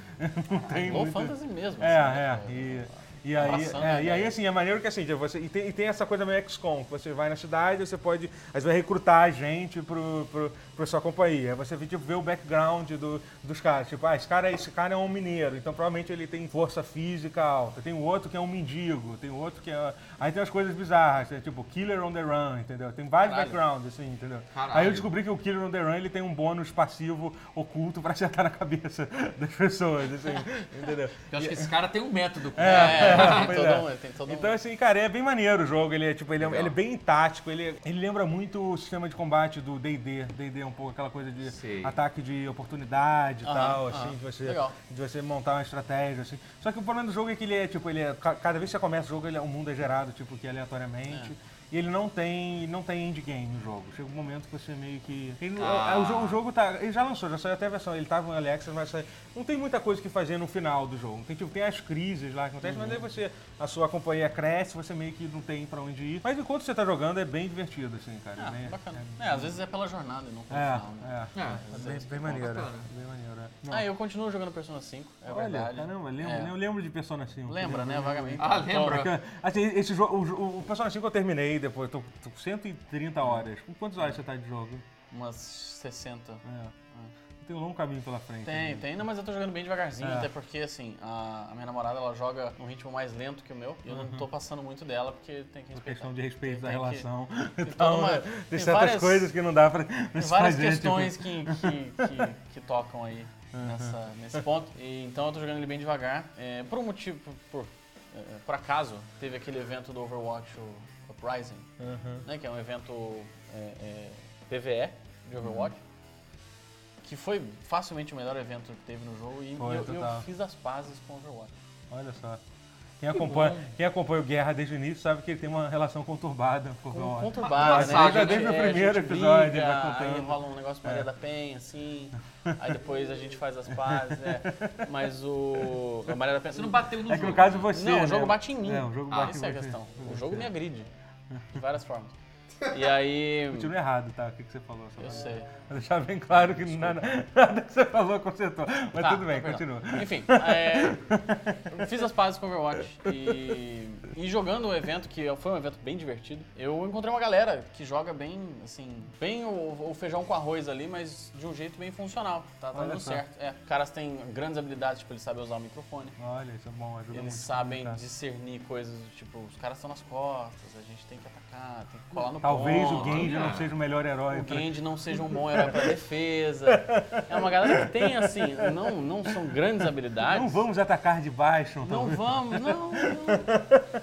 S1: Não tem
S4: Low
S1: muito.
S4: fantasy mesmo.
S1: É,
S4: assim,
S1: é.
S4: né?
S1: E, E aí,
S4: Abraçando
S1: é,
S4: a
S1: e aí,
S4: ideia.
S1: assim, é maneiro que assim, tipo, você, e, tem, e tem essa coisa meio XCOM, que você vai na cidade, você pode. Aí você vai recrutar a gente pro, pro, pra sua companhia. Aí você vê, tipo, vê o background do- dos caras. Tipo, ah, esse cara, é- esse cara é um mineiro, então provavelmente ele tem força física alta. Tem o outro que é um mendigo, tem o outro que é. Aí tem umas coisas bizarras, é, tipo, Killer on the Run, entendeu? Tem vários
S2: Caralho.
S1: backgrounds, assim, entendeu?
S2: Caralho.
S1: Aí eu descobri que o Killer on the Run ele tem um bônus passivo oculto pra acertar na cabeça das pessoas, assim, entendeu?
S2: Eu acho que esse cara tem um método.
S4: É, tem
S1: Pois
S4: todo
S1: é.
S4: um. Tem todo um-
S1: Então, assim, cara, é bem maneiro o jogo. Ele é, tipo, ele é,
S2: Legal.
S1: ele é bem tático. Ele, ele lembra muito o sistema de combate do D&D. D&D é um pouco aquela coisa de
S2: Sei.
S1: ataque de oportunidade e
S4: Aham,
S1: tal,
S4: aham.
S1: assim, de você,
S4: Legal.
S1: de você montar uma estratégia, assim. Só que o problema do jogo é que ele é, tipo, ele é, ca- cada vez que você começa o jogo, ele é, o mundo é gerado, tipo, que aleatoriamente.
S4: É.
S1: E ele não tem, não tem endgame no jogo. Chega um momento que você meio que... ele não-
S2: Ah.
S1: é, o, jogo, o jogo tá... Ele já lançou, já saiu até a versão. Ele tava no Alexa, mas sai- não tem muita coisa que fazer no final do jogo. Tem, tipo, tem as crises lá que acontecem,
S4: Uhum.
S1: mas aí você... A sua companhia cresce, você meio que não tem pra onde ir. Mas enquanto você tá jogando, é bem divertido, assim, cara.
S4: Ah,
S1: né?
S4: bacana. É, às vezes é pela jornada e não pelo final, né?
S1: É, é.
S2: Ah,
S1: Bem, bem maneiro,
S2: bacana.
S1: é. bem maneiro. é. Não.
S4: Ah, eu continuo jogando Persona 5, é
S1: Olha,
S4: verdade.
S1: caramba, lembro,
S4: É.
S1: eu lembro de Persona 5.
S4: Lembra, né, vagamente.
S2: Ah,
S4: Então,
S2: lembra?
S1: Porque, assim, esse jogo, o, jo- o Persona 5 eu terminei depois, tô, tô com 130 horas. Com quantas horas você tá de jogo?
S4: Então, Umas 60.
S1: É. Tem um longo caminho pela frente.
S4: Tem,
S1: né?
S4: tem. Não, mas eu tô jogando bem devagarzinho,
S1: É.
S4: até porque, assim, a, a minha namorada, ela joga num ritmo mais lento que o meu. E eu não tô passando muito dela, porque tem que
S1: Uhum. Por
S4: respeitar.
S1: questão de respeito da
S4: Tem que-
S1: relação.
S4: toda
S1: Então,
S4: uma-
S1: né,
S4: tem
S1: tem certas
S4: várias-
S1: coisas que não dá pra. pra
S4: Tem
S1: se
S4: várias
S1: fazer, tipo-
S4: questões que, que, que, que tocam aí nessa, nesse ponto. E, então eu tô jogando ele bem devagar. É, por um motivo, por, por, é, por acaso, teve aquele evento do Overwatch o Uprising,
S1: Aham.
S4: né? Que é um evento é, é, PVE de
S1: Uhum.
S4: Overwatch. Que foi facilmente o melhor evento que teve no jogo e
S1: Foi,
S4: eu, eu
S1: total.
S4: fiz as pazes com o Overwatch.
S1: Olha só. Quem acompanha,
S4: bom.
S1: quem acompanha o Guerra desde o início sabe que ele tem uma relação conturbada com o
S4: Com-
S1: Overwatch.
S4: Conturbada,
S2: Nossa,
S4: né?
S2: saga,
S4: A gente-
S1: desde o
S4: é, a
S1: primeiro
S4: gente
S1: episódio,
S4: briga,
S1: vai contando.
S4: Aí rola um negócio
S1: É.
S4: Maria da Penha, assim. aí depois a gente faz as pazes, né? Mas o. A Maria da Penha.
S2: Você não bateu no
S1: É que
S2: jogo.
S1: no caso você.
S4: Não,
S1: né?
S4: o jogo bate em mim.
S1: É, o jogo
S4: Ah,
S1: bate
S4: essa
S1: em
S4: é a
S1: você.
S4: questão. O
S1: Você.
S4: jogo me agride. De várias formas. E aí.
S1: Continua errado, tá? O que, que você falou?
S4: Eu sei.
S1: Vou deixar bem claro que nada, nada que você falou consertou. Mas
S4: Tá,
S1: tudo bem,
S4: tá,
S1: continua.
S4: Enfim, é, fiz as pazes com Overwatch e, e jogando o evento, que foi um evento bem divertido, eu encontrei uma galera que joga bem, assim, bem o, o feijão com arroz ali, mas de um jeito bem funcional. Tá, tá
S1: Olha
S4: dando
S1: só.
S4: certo. É, caras têm grandes habilidades, tipo, eles sabem usar o microfone.
S1: Olha, isso é bom, ajuda muito.
S4: Eles sabem
S1: tá.
S4: discernir coisas, do tipo, os caras estão nas costas, a gente tem que atacar, tem que colar no
S1: Talvez o
S4: ponto.
S1: Genji
S2: Ah.
S1: não seja o melhor herói.
S4: O
S1: pra-
S4: Genji não seja um bom herói pra defesa. É uma galera que tem, assim, não, não são grandes habilidades.
S1: Não vamos atacar de baixo, então.
S4: Não vamos, não. não.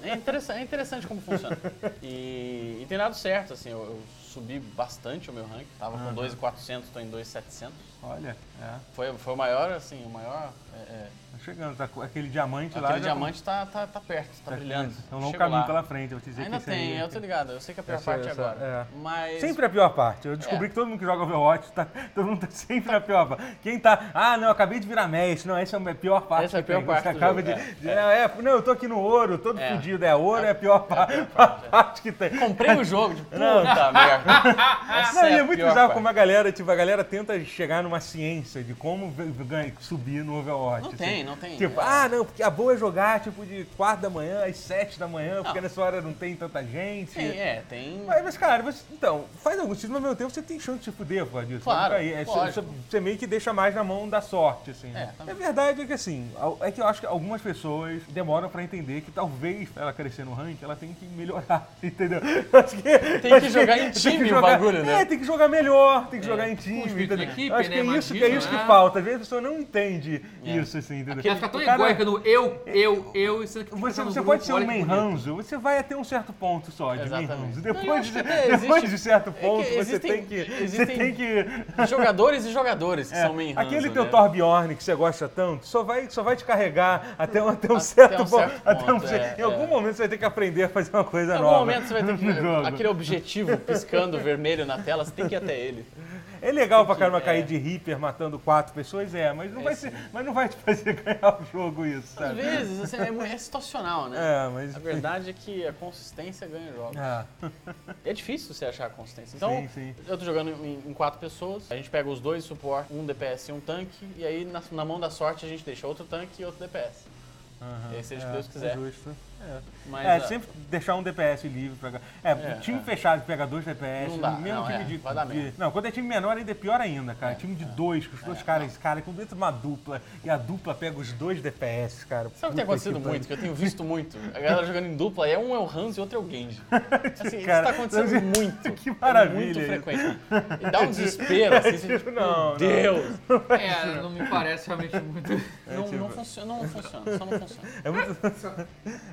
S4: É, interessante, é interessante como funciona. E, e tem dado certo, assim, eu, eu subi bastante o meu rank. Tava com 2,400, tô em 2,700.
S1: Olha, é.
S4: Foi, foi o maior, assim, o maior... é, é,
S1: Tá chegando, tá com aquele diamante lá.
S4: aquele
S1: já com-
S4: diamante tá, tá, tá perto, tá,
S1: né? tá
S4: brilhando.
S1: É um longo
S4: Chego
S1: caminho
S4: lá.
S1: pela frente, eu vou te dizer
S4: Ainda
S1: que isso aí- é né?
S4: tem, eu tô ligado. Eu sei que a pior
S1: Essa-
S4: parte é
S1: essa-
S4: agora.
S1: é.
S4: Mas...
S1: Sempre a pior parte. Eu descobri
S4: É.
S1: que todo mundo que joga Overwatch, tá, todo mundo tá sempre na pior parte. Quem tá, ah, não, eu acabei de virar mestre. Não, essa é a pior parte.
S4: Essa é a
S1: que
S4: pior
S1: tem.
S4: parte
S1: Você
S4: do
S1: acaba de,
S4: jogo,
S1: de- não, é, não, eu tô aqui no ouro, todo
S4: É.
S1: fudido. É ouro, é, a pior pa-
S4: parte, é.
S1: parte que tem.
S4: Comprei o jogo, de puta
S1: Não.
S4: merda. Essa
S1: Não, e
S4: a
S1: é muito
S4: pior
S1: bizarro
S4: parte.
S1: como a galera, tipo, a galera tenta chegar numa ciência de como v- v- ganha- subir no Overwatch.
S4: Não
S1: assim.
S4: tem, não tem.
S1: Tipo,
S4: É.
S1: ah, não, porque a boa é jogar, tipo, de 4 da manhã às 7 da manhã, porque
S4: Não.
S1: nessa hora não tem tanta gente.
S4: Tem, é, tem...
S1: Mas, mas, cara, você- então, faz algum sentido, mas ao mesmo tempo você tem chance de se fuder por causa disso.
S4: Claro,
S1: Sabe? É, você,
S4: lógico.
S1: você- você meio que deixa mais na mão da sorte, assim. né?
S4: também.
S1: a verdade é que, assim, al- é que eu acho que algumas pessoas demoram pra entender que talvez pra ela crescer no ranking, ela tem que melhorar, entendeu? Acho que,
S4: que
S1: acho
S4: jogar
S1: tem
S4: em
S1: que
S4: time o
S1: jogar-
S4: bagulho, né? É,
S1: É, tem que jogar melhor, tem que jogar em
S2: Com o
S1: time,
S2: espírito de
S1: entendeu?
S2: equipe,
S1: acho
S2: né?
S1: que é isso, que, é
S2: Imagino,
S1: isso
S2: né?
S1: que falta. Às vezes a pessoa não entende
S4: É.
S1: isso, assim, entendeu?
S2: Ele fica tão
S1: O cara-
S2: egóico no eu, eu, eu, e você,
S1: você, você pode ser um manranzo, você vai até um certo ponto só de
S4: Exatamente.
S1: manranzo.
S4: Eu
S1: Depois,
S4: acho
S1: de,
S4: que até
S1: depois
S4: existe- é
S1: de certo
S4: que
S1: ponto, você
S4: existem-
S1: tem que. Você
S4: existem-
S1: tem que.
S4: Jogadores e jogadores que
S1: é,
S4: são meio
S1: aquele
S4: ranzo,
S1: teu
S4: né?
S1: Torbjorn que você gosta tanto, só vai, só vai te carregar até um, até um
S4: Até
S1: certo
S4: um
S1: ponto.
S4: certo
S1: até um
S4: ponto,
S1: cer-
S4: é,
S1: em algum
S4: é.
S1: momento você vai ter que aprender a fazer uma coisa
S4: Em algum
S1: nova.
S4: momento você vai ter que
S1: no jogo.
S4: aquele objetivo piscando vermelho na tela, você tem que ir até ele.
S1: É legal pra caramba
S4: é.
S1: cair de Reaper matando quatro pessoas, é, mas não,
S4: É,
S1: vai,
S4: sim.
S1: ser, mas não vai te fazer ganhar o jogo isso,
S4: Às
S1: sabe?
S4: vezes, assim, é, mu- é situacional, né?
S1: né? É, mas.
S4: A verdade é que a consistência ganha jogos.
S1: Ah,
S4: É difícil você achar a consistência. Então,
S1: sim, sim.
S4: eu tô jogando em, em quatro pessoas, a gente pega os dois suporte, um DPS e um tanque, e aí na, na mão da sorte a gente deixa outro tanque e outro DPS. E aí, se eles dois
S1: é
S4: quiser.
S1: justo.
S4: Mas,
S1: É,
S4: ah,
S1: sempre deixar um DPS livre pra. É, time
S4: é.
S1: fechado pega dois DPS,
S4: Não dá,
S1: mesmo
S4: não,
S1: time
S4: é,
S1: de,
S4: vai dar
S1: de-
S4: merda. é.
S1: Não, quando é time menor ainda é pior ainda, cara. time de dois, com os dois caras, cara, quando entra uma dupla e a dupla pega os dois DPS, cara.
S4: Sabe o que tem acontecido muito, que eu tenho visto muito? A galera jogando em dupla, e um é o Hans e outro é o Genji. Assim,
S1: Cara,
S4: isso tá acontecendo muito. É
S1: que maravilha
S4: Muito
S1: isso. É
S4: frequente. E dá um desespero, assim, você,
S1: Não, não.
S4: Deus!
S2: É, não me parece realmente muito.
S4: Não,
S1: tipo
S4: não funciona, não funciona, só não funciona.
S1: É muito,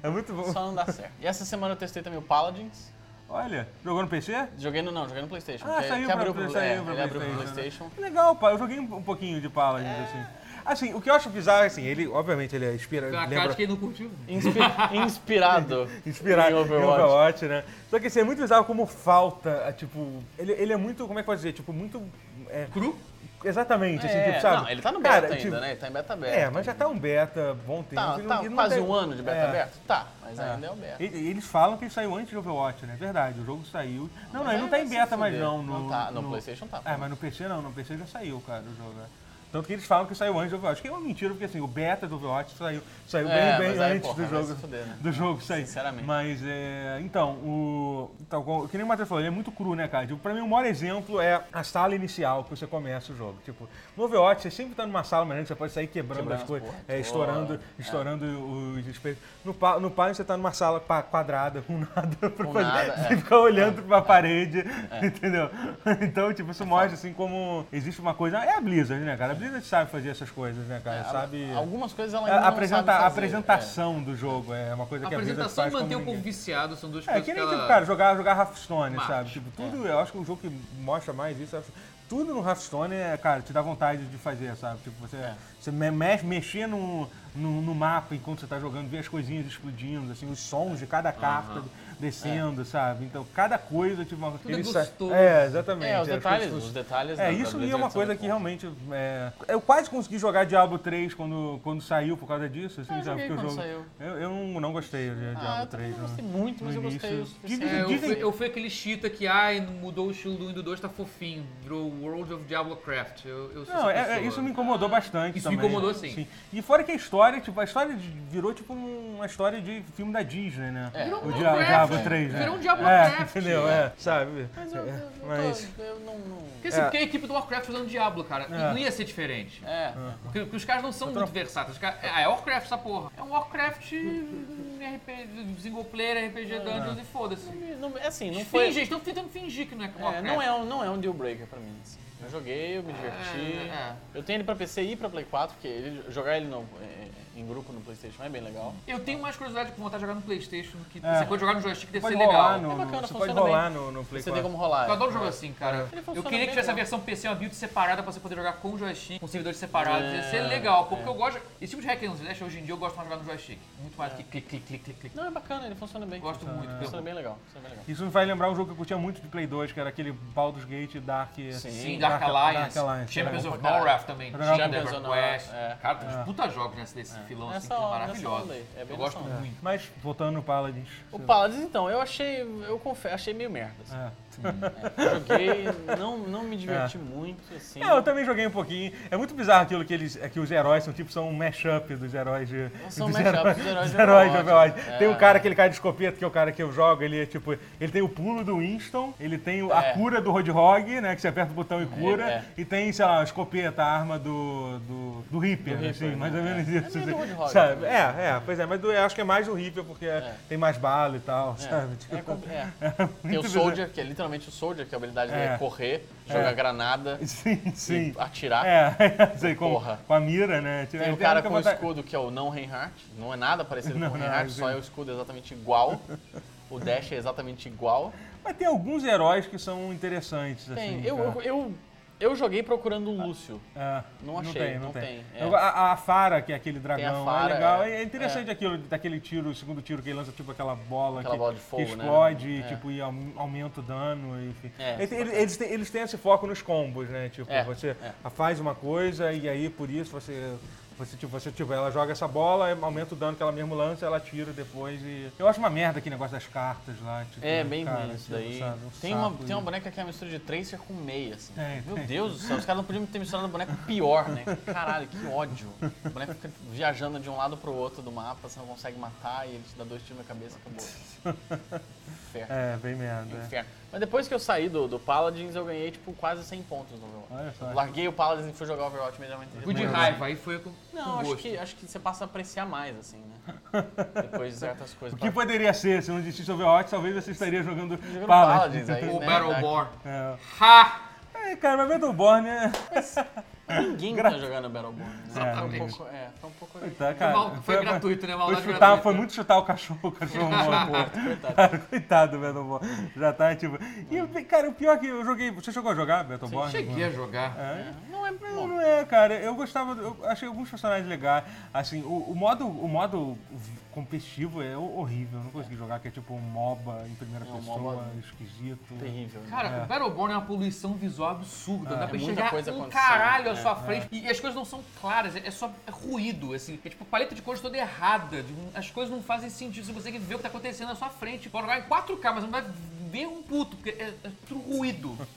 S1: é muito bom.
S4: Só não dá certo. E essa semana eu testei também o Paladins.
S1: Olha, jogou no PC?
S4: Joguei no, não, joguei no Playstation.
S1: Ah,
S4: que,
S1: saiu
S4: que
S1: pra-
S4: abriu pro,
S1: saiu
S4: é,
S1: pra
S4: ele abriu pro
S1: PlayStation,
S4: Playstation.
S1: Que legal, pá. Eu joguei um, um pouquinho de Paladins,
S4: É.
S1: assim. Assim, o que eu acho bizarro, assim, ele, obviamente, ele é inspira,
S2: A cara
S1: lembra
S2: de quem não curtiu.
S4: Inspi- inspirado.
S1: inspirado
S4: em
S1: em Overwatch. né? Só que, assim, é muito bizarro como falta, ah, tipo... Ele, ele é muito, como é que pode dizer? Tipo, muito... é,
S2: Cru?
S1: exatamente, assim,
S4: É,
S1: tipo, sabe?
S4: Não, ele tá no beta
S1: Cara,
S4: ainda,
S1: tipo,
S4: né? Ele tá em beta aberto.
S1: É, mas já tá um beta bom tempo.
S4: Tá,
S1: e não-
S4: tá
S1: e não
S4: quase
S1: deve-
S4: um ano de beta
S1: é.
S4: aberto? Tá, mas
S1: É.
S4: ainda é o beta.
S1: E- e Eles falam que ele saiu antes de Overwatch, né? É verdade, o jogo saiu. Não, não, ele não tá em beta mais não. No,
S4: não tá, no,
S1: no-
S4: Playstation tá.
S1: É, mas no PC não, no PC já saiu, cara, o jogo, né? Tanto que eles falam que saiu antes do Overwatch, que é uma mentira, porque assim, o beta do Overwatch saiu, saiu
S4: É,
S1: bem,
S4: mas
S1: bem
S4: aí,
S1: antes
S4: porra,
S1: do
S4: vai
S1: jogo.
S4: se fuder, né?
S1: Do jogo sair.
S4: Sinceramente.
S1: Mas é. Então, o. Então, como- que nem o Matheus falou, ele é muito cru, né, cara? Tipo, pra mim, o maior exemplo é a sala inicial que você começa o jogo. Tipo, no Overwatch, você sempre tá numa sala, mas né, você pode sair quebrando,
S4: Quebrando
S1: as
S4: as
S1: coisas,
S4: portas.
S1: é, estourando, estourando os espelhos. No, pa- no Palio, você tá numa sala pa- quadrada, com nada pra fazer.
S4: nada,
S1: você
S4: é. É
S1: fica olhando pra parede, entendeu? Então, tipo, isso mostra assim como existe uma coisa. É a Blizzard, né, cara? A Blizzard sabe fazer essas coisas, né, cara?
S4: É,
S1: sabe.
S4: Algumas coisas ela
S1: A-
S4: ainda não
S1: apresenta-
S4: sabe
S1: a
S4: fazer,
S1: apresentação do jogo é uma coisa
S2: A
S1: que a Blizzard
S2: apresentação e
S1: faz
S2: manter
S1: como
S2: o povo
S1: ninguém.
S2: viciado são duas
S1: É,
S2: coisas
S1: que
S2: que
S1: nem, tipo,
S2: ela...
S1: cara, jogar, jogar Hearthstone,
S2: Marcha.
S1: sabe? Tipo, tudo, eu acho que o jogo que mostra mais isso, eu acho- tudo no Hearthstone, é, cara, te dá vontade de fazer, sabe? Tipo, você,
S2: É.
S1: você me- mexe, mexer no, no, no mapa enquanto você tá jogando, ver as coisinhas explodindo, assim, os sons de cada carta descendo, sabe? Então, cada coisa, tipo, uma...
S2: é
S1: ele sai-
S2: gostoso.
S1: É,
S4: É,
S1: exatamente.
S4: É, os
S1: as
S4: detalhes,
S1: coisas-
S4: os detalhes da-
S1: é,
S4: da
S1: isso ali é
S4: Blizzard
S1: uma
S4: são
S1: coisa
S4: muito
S1: que
S4: bons.
S1: realmente. é, eu quase consegui jogar Diablo 3 quando, quando saiu por causa disso. Assim,
S4: Ah, eu
S1: sabe?
S4: joguei
S1: Porque o
S4: quando
S1: jogo-
S4: saiu.
S1: Eu, eu não, não gostei de Diablo né?
S4: Ah, eu também
S1: 3.
S4: não
S1: não.
S4: gostei muito, mas
S1: no
S4: eu gostei
S1: início.
S4: o suficiente.
S1: Dizem-
S2: É, eu,
S1: dizem-
S2: fui, eu fui aquele chita que, ai, mudou o estilo do 1 e do 2, tá fofinho. Virou World of Diablocraft. Eu, eu sou
S1: Não,
S2: essa
S1: é- é-
S2: pessoa.
S1: isso me incomodou
S4: Ah.
S1: bastante
S2: Isso me
S1: também.
S2: incomodou, sim.
S1: E fora que a história, tipo, a história de- virou tipo um- uma história de filme da Disney, né?
S4: É.
S2: Virou um
S1: O Dia-
S2: Diablo
S1: Diablo 3, né?
S2: Virou um Diablocraft.
S1: É, entendeu? É, sabe?
S4: Mas eu, eu,
S1: É,
S4: não
S1: mas-
S4: tô- eu não, não-
S2: Porque, assim,
S1: É.
S2: porque a equipe do Warcraft usando Diablo, cara,
S1: É.
S2: não ia ser diferente.
S4: É,
S2: Porque, porque os caras não são muito versáteis. Os caras- ah, é Warcraft essa porra. É um Warcraft RPG, single player,
S1: É.
S2: RPG Dungeons e foda-se.
S4: não- é assim, não
S2: Não
S4: foi...
S2: Finge, eles estão tentando fingir que não é Warcraft.
S4: É, não, é um, não é um deal breaker pra mim. assim. Eu joguei, eu me diverti.
S2: É, é.
S4: Eu tenho ele pra PC e pra Play 4, porque ele- jogar ele no- é, em grupo no Playstation é bem legal.
S2: Eu tenho mais curiosidade com vontade de jogar no Playstation do que
S1: É.
S2: você pode jogar no joystick, deve
S1: Pode
S2: ser
S1: rolar
S2: legal.
S1: no,
S4: É bacana,
S1: no- você pode
S4: funciona
S1: rolar no, no Play
S4: Você tem
S1: 4.
S4: como rolar.
S2: Eu adoro
S4: é.
S2: jogo assim, cara.
S4: Ele funciona
S2: Eu queria
S4: bem
S2: que tivesse a
S4: legal.
S2: versão PC, uma build separada pra você poder jogar com o joystick, com servidores separados.
S4: É,
S2: Ia ser legal, pô,
S4: é.
S2: porque eu gosto. Esse tipo de hack and slash hoje em dia eu gosto mais de jogar no joystick. Muito mais que clic, clic, clic, clic, clic.
S4: Não, é bacana, ele funciona bem.
S2: Gosto
S1: É.
S4: Funciona-
S2: muito,
S4: Funciona
S2: pelo-
S4: bem legal. Funciona bem legal.
S1: Isso me faz lembrar um jogo que eu curtia muito de Play 2, que era aquele Baldur's Gate Dark. assim.
S2: Sim,
S4: Sim,
S1: Dark-
S2: Dark, Alliance,
S1: Dark Alliance,
S2: Champions
S1: era
S2: of
S4: bom pra
S2: Norrath também,
S1: Era bom pra
S2: Champions of
S4: caralho.
S2: Quest.
S4: É.
S2: Cara, tem uns puta jogos nessa, desse filão assim, que
S4: Nessa
S2: é
S4: onda,
S2: maravilhoso.
S4: nessa onda aí. É bem
S2: eu
S4: nessa
S2: gosto
S4: onda.
S2: muito.
S1: Mas, voltando no Paladins.
S4: O
S1: sei lá.
S4: Paladins, então, eu achei, eu confesso, achei meio merda. assim.
S1: É.
S4: Joguei, não, não me diverti muito, assim.
S1: É, eu também joguei um pouquinho. É muito bizarro aquilo que eles, é que os heróis são tipo são um mashup dos heróis de
S4: São
S1: dos
S4: mashup
S1: heróis-
S4: dos heróis de
S1: de
S4: Overwatch.
S1: Overwatch.
S4: É.
S1: Tem o cara, aquele cara de escopeta, que é o cara que eu jogo, ele é tipo, ele tem o pulo do Winston, ele tem o- a
S4: É.
S1: cura do Roadhog, né, que você aperta o botão e cura,
S4: é.
S1: e tem, sei lá, a escopeta, a arma do do, do Reaper,
S4: Do
S1: assim,
S4: Reaper,
S1: mais
S4: né?
S1: ou menos isso.
S4: meio do
S1: assim,
S4: Roadhog né?
S1: sabe?
S4: também.
S1: É, é, pois é, mas do- eu acho que é mais do Reaper porque tem mais bala e tal, sabe? Tipo,
S4: É, compl- é. Tem o
S1: bizarro.
S4: Soldier, que é literalmente o Soldier, que a habilidade dele
S1: É.
S4: é correr, jogar granada,
S1: Sim, sim.
S4: e atirar.
S1: É, sei, com,
S4: Porra.
S1: com a mira, né? Tipo,
S4: Tem
S1: é,
S4: o cara
S1: muita
S4: com o
S1: vantagem.
S4: escudo que é o não Reinhardt, não é nada parecido
S1: Não,
S4: com o
S1: não,
S4: Reinhardt,
S1: sim.
S4: só é o escudo exatamente igual. O dash é exatamente igual.
S1: Mas tem alguns heróis que são interessantes,
S4: Tem,
S1: assim.
S4: eu,
S1: cara.
S4: eu, eu, eu joguei procurando o Lúcio.
S1: É,
S4: não achei, não tem, é.
S1: Eu- a, a Fara, que é aquele dragão,
S4: Fara,
S1: é legal. É,
S4: é.
S1: interessante aquilo, daquele tiro, o segundo tiro que ele lança, tipo aquela bola,
S4: Aquela
S1: que,
S4: bola de fogo,
S1: que
S4: né?
S1: explode e,
S4: É.
S1: tipo, e aum- aumenta o dano, enfim.
S4: É,
S1: Ele-
S4: isso é
S1: ele- eles, têm, eles têm esse foco nos combos, né? Tipo,
S4: É,
S1: você
S4: é.
S1: faz uma coisa e aí, por isso, você... Você, tipo, você, tipo, ela joga essa bola, aumenta o dano que ela mesmo lança, ela tira depois e... Eu acho uma merda aquele negócio das cartas lá, tipo...
S4: É, bem
S1: cara,
S4: ruim isso
S1: tipo,
S4: daí.
S1: sabe, um
S4: tem, uma,
S1: saco
S4: tem uma
S1: e-
S4: boneca que é uma mistura de Tracer com meia, assim.
S1: Tem,
S4: Meu
S1: tem.
S4: Deus do céu, os caras não podiam ter misturado um boneco pior, né? Caralho, que ódio. O boneco fica viajando de um lado pro outro do mapa, você não consegue matar e ele te dá dois tiros na cabeça, acabou. Inferno.
S1: É, bem merda. é.
S4: Inferno. Mas depois que eu saí do, do Paladins, eu ganhei, tipo, quase 100 pontos no Overwatch.
S1: Olha só.
S4: Eu larguei o Paladins e fui jogar Overwatch imediatamente.
S2: Fui de
S4: depois.
S2: raiva, aí foi com.
S4: Não,
S2: com
S1: um
S4: acho
S2: gosto.
S4: que, acho que você passa a apreciar mais, assim, né? Depois de certas coisas.
S1: O que poderia ser? Se não existisse Overwatch, talvez você estaria jogando,
S4: Jogando
S1: Paladins.
S4: Paladins aí,
S2: O
S4: né?
S2: Battleborn.
S1: É.
S2: Ha!
S1: É, cara, mas Battleborn é...
S4: Ninguém tá jogando Battleborn. Né?
S1: É,
S4: Tá um
S2: ninguém.
S4: pouco, é, tá um pouco...
S1: Tá, cara,
S2: mal- foi gratuito, né?
S1: Foi,
S2: Maldade
S1: chutar,
S2: gratuita.
S1: foi muito chutar o cachorro, o cachorro morto.
S4: Coitado.
S1: Cara, coitado do Battleborn. Já tá, tipo... E, eu- cara, o pior é que eu joguei... Você chegou a jogar Battleborn?
S2: Cheguei a jogar. né?
S1: É,
S4: Não é
S1: Não, não é, cara. Eu gostava. Eu achei alguns personagens legais. Assim, o, o modo, o modo v- competitivo é ho- horrível. Eu não consegui jogar, que é tipo um MOBA em primeira
S4: É um
S1: pessoa,
S4: MOBA
S1: esquisito.
S4: terrível.
S2: Cara, o Battleborn é uma poluição visual absurda. Dá pra
S4: É muita
S2: enxergar
S4: coisa
S2: um
S4: acontecendo. É,
S2: caralho à sua frente. E, e as coisas não são claras, é, é só ruído, assim. É tipo paleta de cores toda errada. de um- as coisas não fazem sentido. Você consegue ver o que tá acontecendo à sua frente. Pode jogar em 4K, mas não vai ver um puto, porque é, é tudo ruído.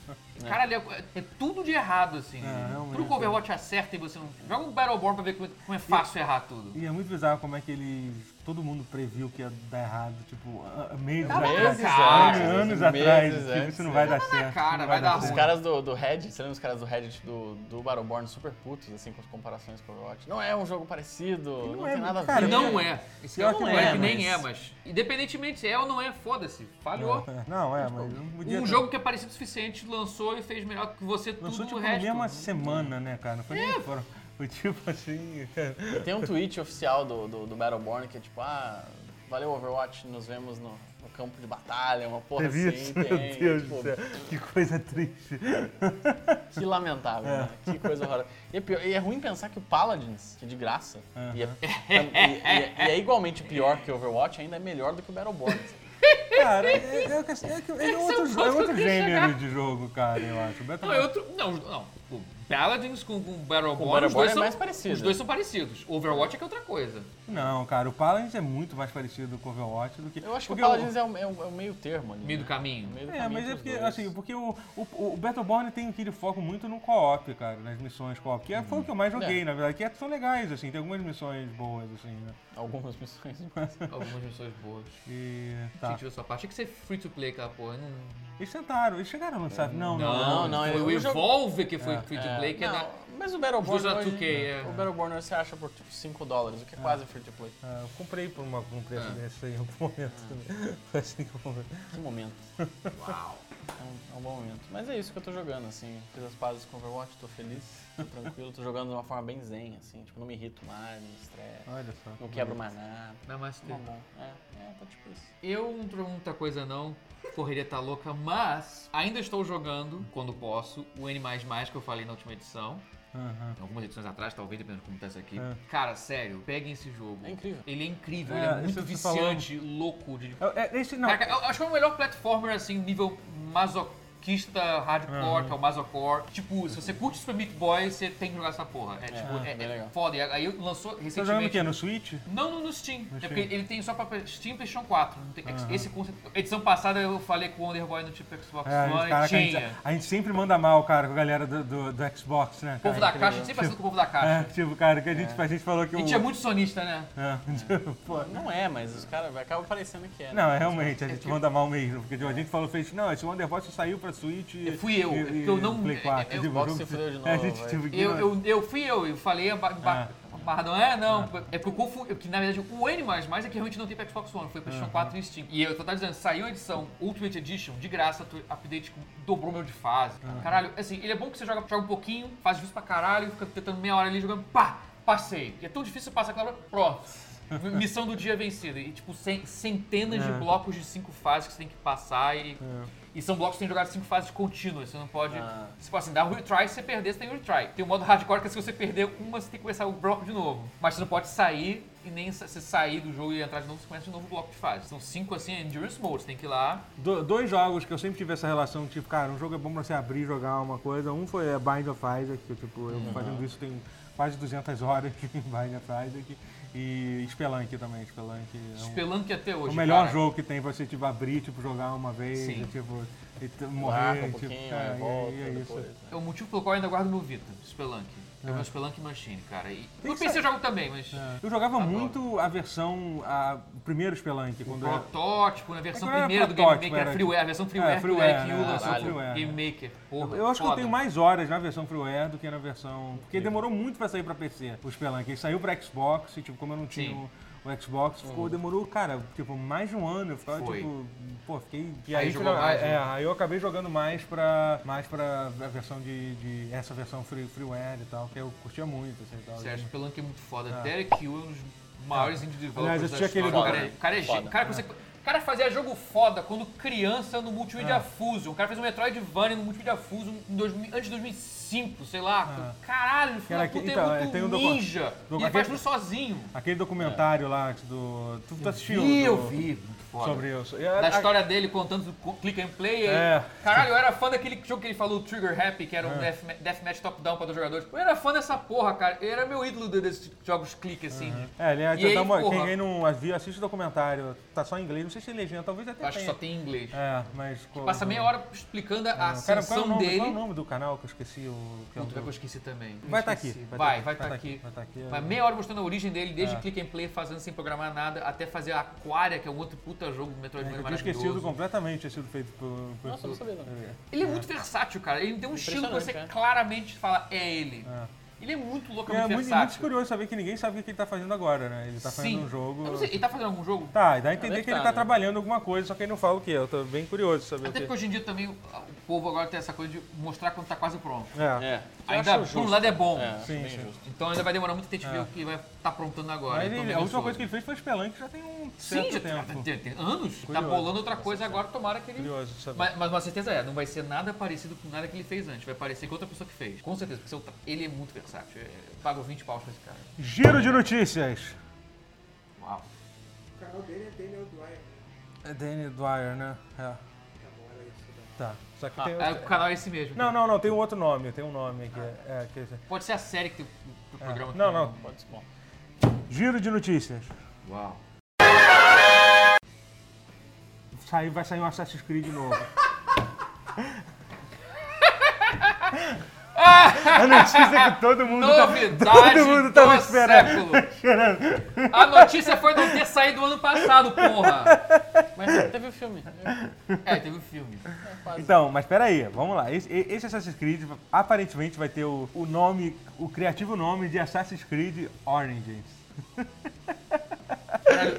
S2: Caralho, é, é tudo de errado, assim.
S1: É, realmente,
S2: tudo que o Overwatch acerta e você não. Joga um Battleborn pra ver como, como é fácil errar tudo.
S1: E é muito bizarro como é que eles. Todo mundo previu que ia dar errado, tipo, a- a- meses
S2: Tá
S1: atrás.
S2: meses
S1: anos,
S2: antes,
S1: anos
S4: meses
S1: atrás. tipo,
S4: antes,
S1: isso não
S4: é.
S1: vai dar certo.
S2: cara,
S1: isso não
S2: vai dar
S4: Os
S2: ruim.
S4: caras do, do Reddit, você lembra os caras do Reddit do, do Battleborn super putos, assim, com as comparações com o Overwatch? Não é um jogo parecido, não,
S1: é,
S4: tem nada a
S1: cara,
S4: ver.
S2: Não é. Esse
S1: Pior
S2: é
S1: que
S2: um
S1: não
S2: moleque
S1: é,
S2: que nem
S4: mas-
S2: é, mas. Independentemente se é ou não é, foda-se. Falhou.
S1: Não, é, mas não podia
S2: Um
S1: ter-
S2: jogo que é parecido o suficiente lançou e fez melhor que você tudo
S1: Lançou, tipo,
S2: o
S1: na
S2: resto. É.
S1: mesma semana, né, cara? Não foi nem foram. Foi tipo assim. cara.
S4: Tem um tweet oficial do, do, do Battleborn que é tipo, ah, valeu Overwatch, nos vemos no, no campo de batalha, uma porra
S1: Teve
S4: assim.
S1: isso,
S4: tem,
S1: meu Deus
S4: tipo,
S1: do céu. Que coisa triste.
S4: Que lamentável, né? Que coisa horrorosa. E é, pior- e é ruim pensar que o Paladins, que é de graça, e, é, e- e- e é igualmente pior que o Overwatch, ainda é melhor do que o Battleborn. sabe?
S1: Cara, é, é, é, que- é que- é
S2: é o
S1: outro,
S2: ponto
S1: é outro
S2: que eu queria
S1: gênero
S2: chegar.
S1: de jogo, cara, eu acho. O Battle
S2: Não, é outro. Não, não. O Paladins com, com Battleborn.
S4: Battleborn
S2: os dois
S4: é
S2: são,
S4: mais parecido.
S2: Os dois são parecidos. Overwatch é que é outra coisa.
S1: Não, cara, o Paladins é muito mais parecido com o Overwatch do que.
S4: Eu acho que
S1: porque
S4: o Paladins é, o, é o- é o meio termo ali.
S2: Meio do
S4: né?
S2: caminho.
S4: Meio do
S1: É,
S4: caminho
S1: mas
S4: entre
S1: é
S4: os
S1: porque,
S4: dois.
S1: assim, porque o, o, o Battleborn tem aquele foco muito no co-op, cara, nas missões co-op, que é- foi o que eu mais joguei, na verdade, que é- são legais, assim, tem algumas missões boas, assim, né?
S4: Algumas missões.
S2: Algumas missões boas.
S1: E,
S2: Tá.
S1: tá.
S2: Sentiu a sua parte. Tinha que ser free to play aquela porra. Não,
S1: Eles tentaram, eles chegaram a lançar. Não, não, não.
S4: não,
S2: Foi
S4: eu-
S2: o
S4: eu jogo-
S2: Evolve que foi free to play, que é
S4: Não,
S2: da.
S4: mas o Battleborn.
S2: Os dois da
S4: hoje-
S2: 2K, é.
S4: O Battleborn hoje você acha por tipo 5 dólares, o que é quase free to play.
S1: Ah, eu comprei por uma, um preço
S2: Ah.
S1: desse aí em algum momento também. Foi assim que eu comprei.
S4: Que É um momento.
S2: Uau.
S4: É um, é um bom momento. Mas é isso que eu tô jogando, assim. Fiz as pazes com Overwatch, tô feliz, tô tranquilo, tô jogando de uma forma bem zen, assim. Tipo, não me irrito mais, não me estresso,
S1: Olha só.
S4: não quebro mais nada.
S2: Namastê.
S4: Tá bom. É, é, tá tipo isso.
S2: Eu não trouxe muita coisa não, correria tá louca, mas ainda estou jogando, quando posso, o N++, que eu falei na última edição.
S1: Aham.
S2: Algumas edições atrás, talvez, dependendo de como tá isso aqui.
S1: É.
S2: Cara, sério, peguem esse jogo.
S4: É incrível.
S2: Ele é incrível,
S1: É,
S2: ele é
S1: isso
S2: muito
S1: que você falou.
S2: viciante, louco. De...
S1: É, é, esse, não,
S2: Caraca, eu acho que é o melhor platformer, assim, nível masoquista, hardcore, que é o masocore. Tipo, se você curte Super Meat Boy, você tem que jogar essa porra. É, tipo, é,
S4: bem
S2: é
S4: legal.
S2: foda. E aí lançou
S1: Você tá jogando o
S2: recentemente...
S1: quê? No Switch?
S2: Não no, no Steam. é
S1: Steam.
S2: porque ele tem só pra Steam e PlayStation 4. Não tem- Esse conceito. Edição passada eu falei com o Wonderboy no tipo Xbox
S1: É, a gente-
S2: One.
S1: caraca, a, gente,
S2: tinha.
S1: a gente sempre manda mal, cara, com a galera do, do- do Xbox, né? Cara?
S2: O povo da caixa, a gente sempre assinou com o povo da
S1: É,
S2: caixa.
S1: tipo, cara, que a gente, a gente falou que
S2: A gente
S1: o...
S2: é muito sonista, né?
S1: É, tipo, pô,
S4: Não é, mas os caras acabam parecendo que é. né?
S1: Não, é realmente, a gente
S2: tipo-
S1: manda mal mesmo. Porque tipo, a gente falou, fez, não, esse Wonderbox saiu pra Switch e...
S2: Eu fui eu,
S1: e-
S2: é porque
S1: e
S2: eu não-
S1: Play 4.
S2: eu-
S1: tipo,
S4: Xbox
S1: jogo-
S4: se fudeu de
S1: A
S4: novo,
S1: gente,
S4: vai.
S1: tipo,
S2: é. Eu,
S1: ignorou.
S2: eu, eu fui eu, eu falei a ba- ba- Bardão, é, não. É porque eu confundi. Porque na verdade o N é que realmente não tem pra Xbox One, foi pra PlayStation 4 e Steam. E eu tô tá dizendo, saiu a edição Ultimate Edition, de graça, tu- update com- dobrou meu de fase. cara. Caralho, assim, ele é bom que você joga, joga um pouquinho, faz difícil pra caralho, fica tentando meia hora ali jogando, pá, passei. E é tão difícil passar aquela hora, pronto. Missão do dia vencida. E, tipo, cen- centenas de blocos de cinco fases que você tem que passar e. E são blocos que tem que jogar cinco fases contínuas. Você não pode.
S4: Ah.
S2: Você pode assim, dar um retry, se você perder, você tem um retry. Tem o modo hardcore que é se você perder uma, você tem que começar o bloco de novo. Mas você não pode sair. e nem sa- se sair do jogo e entrar de novo, você começa de novo o bloco de fase. São cinco assim, endurance mode, você tem que ir lá.
S1: Do- dois jogos que eu sempre tive essa relação, tipo, cara, um jogo é bom pra você abrir e jogar uma coisa. Um foi é, Bind of Isaac, que tipo,
S2: Uhum.
S1: eu fazendo isso tem quase 200 horas em Bind of Isaac. E Spelunk também, Spelunk é um-
S2: Espelando que até
S1: o
S2: hoje.
S1: melhor
S2: cara.
S1: jogo que tem pra você, tipo, abrir, tipo, jogar uma vez,
S2: Sim.
S1: e, tipo, e t-
S4: Marca
S1: morrer,
S4: um
S1: tipo,
S4: pouquinho,
S1: cara,
S4: aí volta,
S1: e, e é isso.
S4: depois. né?
S2: É o motivo pelo qual eu ainda guardo meu Vita, Spelunk. É
S1: É.
S2: o meu Spelunk Machine, cara. E
S1: que É.
S2: no
S1: ser-
S2: PC eu jogo também, mas.
S1: Eu jogava
S2: Adoro.
S1: muito a versão, a o primeiro Spelunk, quando era...
S2: Protótipo, na versão
S1: É que não era
S2: primeira do Game
S1: protótipo,
S2: Maker, era
S1: era
S2: freeware, a versão freeware, que o
S1: freeware,
S2: Eric Yu
S1: né?
S2: lançou
S1: Caralho.
S2: pro Game Maker. Porra,
S1: Eu acho que eu
S2: foda.
S1: tenho mais horas na versão freeware do que na versão... Porque demorou muito pra sair pra PC, o Spelunk. Ele saiu pra Xbox e, tipo, como eu não tinha
S2: Sim. Uhum.
S1: o, o Xbox, ficou, demorou, cara, tipo, mais de um ano. Eu ficava,
S2: Foi.
S1: tipo, pô, fiquei... E
S2: Aí
S1: aí,
S2: jogou
S1: final-
S2: mais,
S1: é,
S2: né?
S1: aí eu acabei jogando mais pra, mais pra a versão de, de- Essa versão free, freeware e tal, que eu curtia muito, assim, e tal.
S2: Sérgio Spelunk é muito foda.
S1: É.
S2: Derek Yu é um dos maiores indie
S1: Ah. Aliás,
S2: developers
S1: eu
S2: da
S1: tinha aquele Ah.
S2: história. O
S4: do-
S2: cara é- O cara é
S4: Foda.
S2: gênio. O cara, consegue- o cara fazia jogo foda quando criança no
S1: Ah.
S2: Multimedia Fusion. O cara fez um Metroidvania no Multimedia Fusion em 2000 antes de 2005, sei lá. Caralho, filho
S1: Ah. Cara,
S2: da
S1: que-
S2: puta
S1: então,
S2: é
S1: é, tem um
S2: muito
S1: docu-
S2: ninja. E
S1: docu-
S2: ele faz
S1: aquele-
S2: tudo sozinho.
S1: Aquele documentário lá que do. Tu, tu assistiu?
S2: Ih,
S1: do-
S2: eu vi. Muito foda.
S1: Sobre isso. E
S2: da
S1: a- a-
S2: história dele contando do co- click and play.
S1: É. Ah.
S2: e- Caralho, eu era fã daquele jogo que ele falou, Trigger Happy, que era um deathma- deathmatch top-down pra dois jogadores. Eu era fã dessa porra, cara. Eu era meu ídolo de- desses jogos click, assim. de-
S1: É, aliás,
S2: E aí,
S1: dá uma-
S2: porra.
S1: quem, quem não viu, assiste o documentário. Tá só em inglês, não sei se tem legenda, talvez até
S2: Eu acho que
S1: tenha.
S2: só tem em inglês.
S1: É, mas.
S2: Passa meia hora explicando a
S1: É, cara, qual é o
S2: ascensão
S1: nome,
S2: dele.
S1: Qual é o nome do canal que eu esqueci? O, que é o
S2: Puta, pior que eu
S1: do-
S2: esqueci também.
S1: Vai estar aqui.
S2: Esqueci. Vai,
S1: tá
S2: vai estar aqui.
S1: Vai estar aqui. é. Ah.
S2: Vai meia hora mostrando a origem dele, desde click and play, fazendo sem programar nada, até fazer a Aquaria, que é um outro puta jogo do
S1: É,
S2: Metroidvania
S1: eu tinha esquecido
S2: maravilhoso.
S1: completamente, tinha sido feito por. por
S4: Nossa, eu não sabia não.
S2: Ele é muito versátil, cara. Ele tem um estilo que você
S4: Impressionante, é.
S2: claramente fala, é ele.
S1: É.
S2: Ele é muito louco,
S1: E é muito, muito
S2: versátil.
S1: curioso saber que ninguém sabe o que ele tá fazendo agora, né? Ele tá
S2: Sim.
S1: fazendo um jogo.
S2: Eu não sei, ele tá fazendo algum jogo?
S1: Tá, e dá a entender
S4: deve
S1: que ele
S4: tá,
S1: tá
S4: né?
S1: trabalhando alguma coisa, só que ele não fala o que. Eu tô bem curioso de saber
S2: Até
S1: o
S2: porque
S1: que.
S2: hoje em dia também o, o povo agora tem essa coisa de mostrar quando tá quase pronto.
S1: É.
S4: É.
S2: Ainda,
S4: acho
S2: por um lado, é bom.
S4: É, acho
S1: Sim,
S4: bem
S1: sim.
S4: justo.
S2: Então ainda vai demorar muito tempo a gente ver o que vai tá aprontando agora.
S1: É. Mas
S2: Eu tô
S1: ele,
S2: bem
S1: a última
S2: ansioso.
S1: coisa que ele fez foi Spelunk, já tem um certo
S2: Sim, já tem,
S1: tempo.
S2: tem- tem anos. Tá
S1: Curioso.
S2: bolando outra coisa agora, tomara que ele...
S1: Curioso de saber.
S2: Mas, mas uma certeza é, não vai ser nada parecido com nada que ele fez antes. Vai parecer com outra pessoa que fez. Com certeza, porque seu- ele é muito versátil. É, pago 20 paus pra esse cara.
S1: Giro de notícias.
S2: Uau.
S6: O canal dele é Daniel Dwyer.
S1: É Danny Dwyer, né? É. Tá. Só que tem
S2: É, o
S1: outro...
S2: canal é esse mesmo.
S1: Não, não, não, tem um outro nome, tem um nome aqui. É, que... é-
S2: Pode ser a série que tem o- o programa.
S1: Não,
S2: tem.
S1: não.
S4: Pode ser bom.
S1: Giro de notícias.
S2: Uau.
S1: Sai, vai sair um Assassin's Creed novo. A É notícia que todo mundo tá-
S2: Novidade
S1: todo mundo tava
S2: do
S1: esperando.
S2: século. A notícia foi não ter saído ano passado, porra.
S4: Mas É, teve o filme. Eu-
S2: É, teve o filme.
S1: Então, mas peraí, vamos lá. Esse, e- esse Assassin's Creed aparentemente vai ter o, o nome, o criativo nome de Assassin's Creed Origins.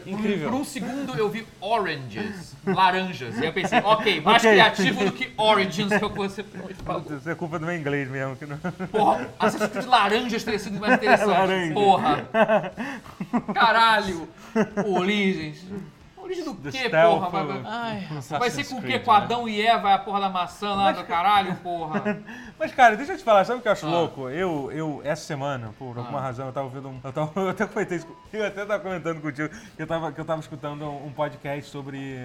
S2: Incrível. Por um segundo eu vi oranges, laranjas. E eu pensei, ok, mais
S1: Ok.
S2: criativo do que origins que eu você falou.
S1: Isso é culpa do meu inglês mesmo, que não.
S2: Porra, Assassin's Creed laranjas teria sido mais interessante.
S1: Laranja.
S2: Porra. Caralho. Origens. Origem do
S1: Do
S2: quê,
S1: stealth,
S2: porra? Vai, vai,
S4: Ai,
S2: vai ser com o quê? Com Adão e Eva, a porra da maçã lá do caralho, porra.
S1: Mas, cara, deixa eu te falar, sabe o que eu acho
S2: Ah.
S1: louco? Eu, eu, essa semana, por alguma
S2: Ah.
S1: razão, eu tava ouvindo um. Eu, tava, eu até comentei isso, com- eu até tava comentando contigo que eu tava, que eu tava escutando um, um podcast sobre.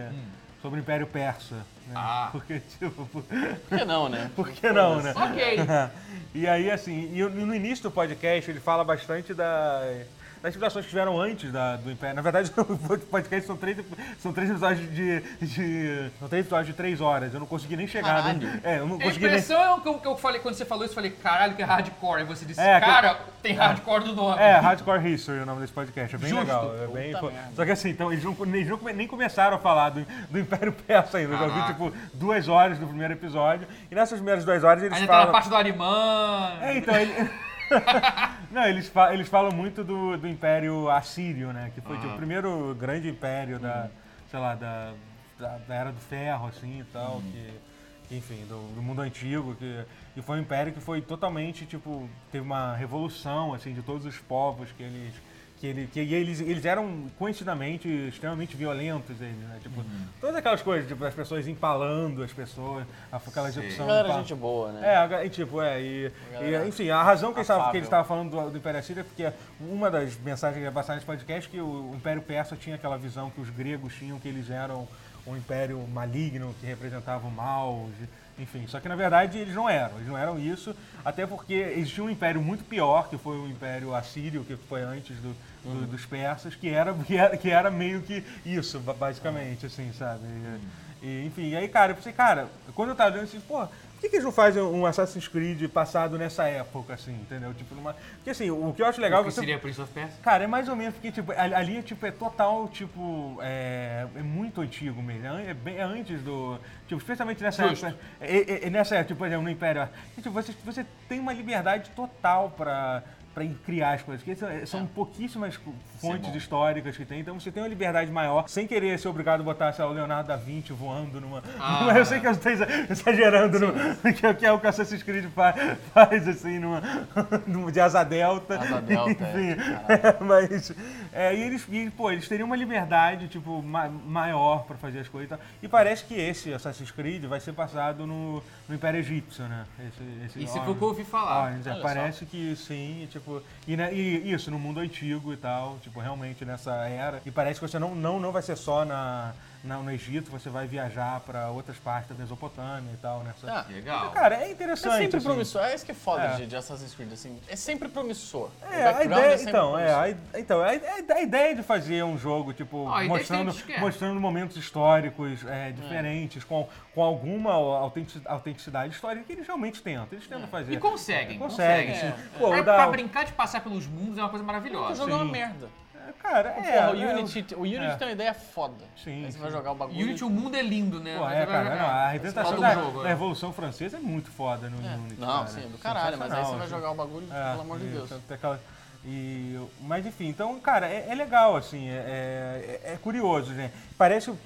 S1: Sobre o Império Persa. né?
S2: Hum. Ah.
S1: Porque, tipo, por,
S4: Por que não, né?
S1: por que não, né?
S2: Ok.
S1: E aí, assim, e eu- no início do podcast ele fala bastante da- das civilizações que vieram antes da- do Império. Na verdade, o podcast são três, são três episódios de, de- São três episódios de três horas. Eu não consegui nem chegar. né? É, eu não
S2: A
S1: consegui nem.
S2: impressão é o que eu, que eu falei quando você falou isso, eu falei, caralho, que é hardcore. E você disse,
S1: É, que-
S2: cara, tem hardcore no nome.
S1: É, Hardcore History é o nome desse podcast. É bem
S2: Justo.
S1: legal. É bem...
S4: Puta merda.
S1: Só que assim, então, eles não, eles não come- nem começaram a falar do, do Império Persa ainda. Eu já vi,
S2: Caraca.
S1: tipo, duas horas do primeiro episódio. E nessas primeiras duas horas eles
S2: Ainda tá na
S1: falam.
S2: parte do Arimã.
S1: É, então, ele... Não, eles, fa- eles falam muito do, do Império Assírio, né? Que foi tipo, o primeiro grande império da, sei lá, da, da, da Era do Ferro, assim, e tal, que, que, enfim, do, do mundo antigo, que, e foi um império que foi totalmente, tipo, teve uma revolução, assim, de todos os povos que eles Que, ele, que e eles, eles eram, coincidentemente, extremamente violentos, eles, né? Tipo, todas aquelas coisas, tipo, as pessoas empalando as pessoas, a- aquela execução.
S4: Galera,
S1: empa-
S4: gente boa, né?
S1: É, aga- e tipo, é, e, e, enfim, a razão que ele estava que ele estava falando do, do Império Assírio é porque uma das mensagens que ia passar nesse podcast é que o, o Império Persa tinha aquela visão que os gregos tinham, que eles eram um império maligno, que representava o mal, de- enfim. Só que na verdade eles não eram, eles não eram isso, até porque existia um império muito pior, que foi o Império Assírio, que foi antes do- do- dos persas, que era, que era, que era meio que isso, ba- basicamente, assim, sabe? E, e, enfim, e aí, cara, eu pensei, cara, quando eu tava vendo assim, pô, por que, que eles não fazem um Assassin's Creed passado nessa época, assim, entendeu? Tipo, numa. Porque assim, o que eu acho legal é
S2: que
S1: você.
S2: seria Prince of Persia?
S1: Cara, é mais ou menos porque, tipo, a- ali é, tipo, é total, tipo, é, é muito antigo mesmo. É, an- é bem é antes do. Tipo, especialmente nessa
S2: Justo.
S1: época. É, é- é nessa época, tipo, por exemplo, no Império. E, tipo, você, você tem uma liberdade total pra, pra criar as coisas. Porque são-
S4: É.
S1: são pouquíssimas co- fontes históricas que tem, então você tem uma liberdade maior, sem querer ser obrigado a botar, sei lá, o Leonardo da Vinci voando numa.
S4: Ah.
S1: numa- eu sei que eu estou exa- exagerando no, que, é- que é o que o Assassin's Creed fa- faz, assim, numa, numa- de asa delta.
S4: Asa delta, é.
S1: Enfim, mas. é, e eles, e, pô, eles teriam uma liberdade, tipo, ma- maior pra fazer as coisas e tal. E parece que esse Assassin's Creed vai ser passado no, no Império Egípcio, né? Esse, esse
S2: Isso foi o
S1: Origins.
S2: que eu ouvi falar.
S1: Origins, é,
S4: Olha só.
S1: parece que sim, e, tipo. E, né, e isso, no mundo antigo e tal, tipo, realmente nessa era. E parece que você não, não, não vai ser só na. na- no Egito, você vai viajar pra outras partes da Mesopotâmia e tal, nessa.
S4: Ah,
S2: Legal.
S1: Cara, é
S4: É
S1: interessante.
S4: sempre
S1: assim.
S4: promissor, é isso que é foda
S1: É.
S4: De, de Assassin's Creed, assim. É sempre promissor. O
S1: É, a
S4: background
S1: ideia,
S4: sempre
S1: então, é,
S4: promissor.
S1: a, ide- então, a, ide- a ideia de fazer um jogo, tipo,
S2: Ó, Ah, a ideia é
S1: mostrando,
S2: que a gente quer.
S1: mostrando momentos históricos é, diferentes, com, com alguma autentici- autenticidade histórica que eles realmente tentam. Eles
S4: É.
S1: tentam fazer.
S2: E conseguem,
S1: Conseguem,
S2: conseguem.
S1: sim.
S2: É.
S1: Pô,
S2: Pra,
S1: dá- um-
S2: pra brincar de passar pelos mundos é uma coisa
S4: O
S2: maravilhosa.
S4: jogo é uma
S1: Tá Sim.
S4: merda.
S1: Cara, é.
S4: Porra, o
S1: é-
S4: Unity, o Unity
S1: é. um
S4: tem uma ideia foda.
S1: Sim,
S4: Aí você
S1: sim.
S4: vai jogar o bagulho.
S2: Unity, o mundo é lindo, né?
S1: Pô,
S2: Mas
S1: é,
S2: agora-
S1: cara, não, a representação
S2: falta
S1: da,
S2: um jogo,
S1: da
S2: é.
S1: Revolução Francesa é muito foda no
S4: né? É.
S1: Unity.
S4: Não,
S1: cara.
S4: sim, é do caralho, mas aí você
S1: Sensacional,
S4: vai
S1: assim.
S4: jogar o bagulho,
S1: É,
S4: pelo amor de
S1: e
S4: Deus.
S1: tem- tem aquela- e- mas enfim, então, cara, é, é legal, assim, é, é- é curioso, né? Parece, o-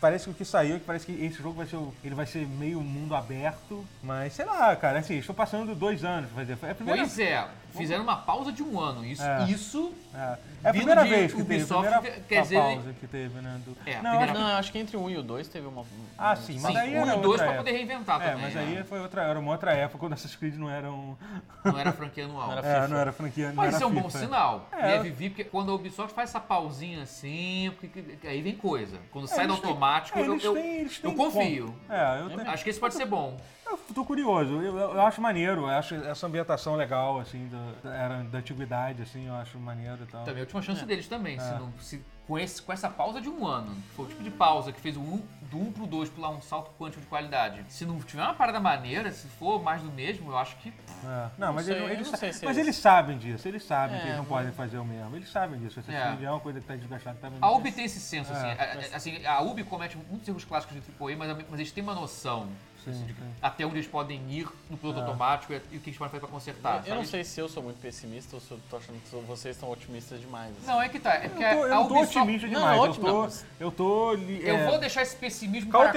S1: parece que o que saiu, que parece que esse jogo vai ser, o- ele vai ser meio mundo aberto, mas sei lá, cara, assim, estou passando dois anos, quer dizer, é a primeira,
S2: Pois é, fizeram uma pausa de um ano. Isso,
S1: É.
S2: isso
S1: é, é a
S2: Vindo
S1: primeira
S2: de
S1: vez que teve, a
S2: Ubisoft,
S1: primeira
S2: quer
S1: pa-
S2: dizer-
S1: pausa que teve, né? do-
S2: É, a
S1: não, acho-
S2: primeira-
S4: Não, eu acho que entre o 1 e o 2 teve uma.
S1: ah, sim, mas
S2: Sim,
S1: aí
S2: um
S1: era
S2: e dois
S1: outra
S2: pra
S1: época.
S2: poder reinventar
S1: É,
S2: também.
S1: mas
S2: né?
S1: aí foi outra, era uma outra época quando Assassin's Creed não era um,
S2: Não era franquia anual.
S4: Não era
S1: é,
S4: FIFA.
S1: não era franquia, não
S2: Mas
S1: era
S2: isso é um bom
S1: FIFA.
S2: sinal.
S1: É.
S2: Deve vir, porque quando a Ubisoft faz essa pausinha assim, porque que- que- aí vem coisa. Quando sai do
S1: eles têm-
S2: automático,
S1: é,
S2: eu,
S1: eles
S2: eu-
S1: têm- eles
S2: eu
S1: têm
S2: confio.
S1: É, eu tenho-
S2: Acho que isso pode ser bom.
S1: Eu tô curioso, eu, eu- eu acho maneiro, eu acho essa ambientação legal, assim, da, era da antiguidade, assim, eu acho maneiro e tal.
S2: Também é a última chance deles também.
S1: É.
S2: Se não, se, com, esse, com essa pausa de um ano, foi o tipo de pausa que fez o um, do 1 pro 2 pular um salto quântico de qualidade. Se não tiver uma parada maneira, se for mais do mesmo, eu acho que.
S1: É. Não, mas,
S4: sei,
S1: eles,
S4: eu
S1: eles
S4: não sei
S1: sa-
S4: se
S1: mas
S4: eles-
S1: eles sabem disso, eles sabem
S4: É,
S1: que eles não
S4: mas-
S1: podem fazer o mesmo, eles sabem disso, essa
S2: É.
S1: é. é uma coisa que tá desgastada também.
S2: A Ubi tem esse senso, assim.
S1: É,
S2: a- a- assim, a Ubi comete muitos erros clássicos de AAA, mas, mas eles têm uma noção
S1: Sim,
S2: assim, de
S1: sim.
S2: até onde eles podem ir no piloto
S1: É.
S2: automático e, e o que eles podem fazer pra consertar.
S1: Tá,
S4: Eu não
S2: sabe?
S4: sei se eu sou muito pessimista ou se eu tô achando que sou- vocês estão otimistas demais. assim.
S2: Não, é que tá. É porque
S1: Eu tô, eu
S2: a
S1: não tô
S2: Ubisoft.
S1: otimista
S4: Não,
S1: demais, eu
S4: ótimo,
S1: tô...
S4: mas-
S1: Eu tô... li-
S2: Eu
S1: é,
S2: vou deixar esse pessimismo para.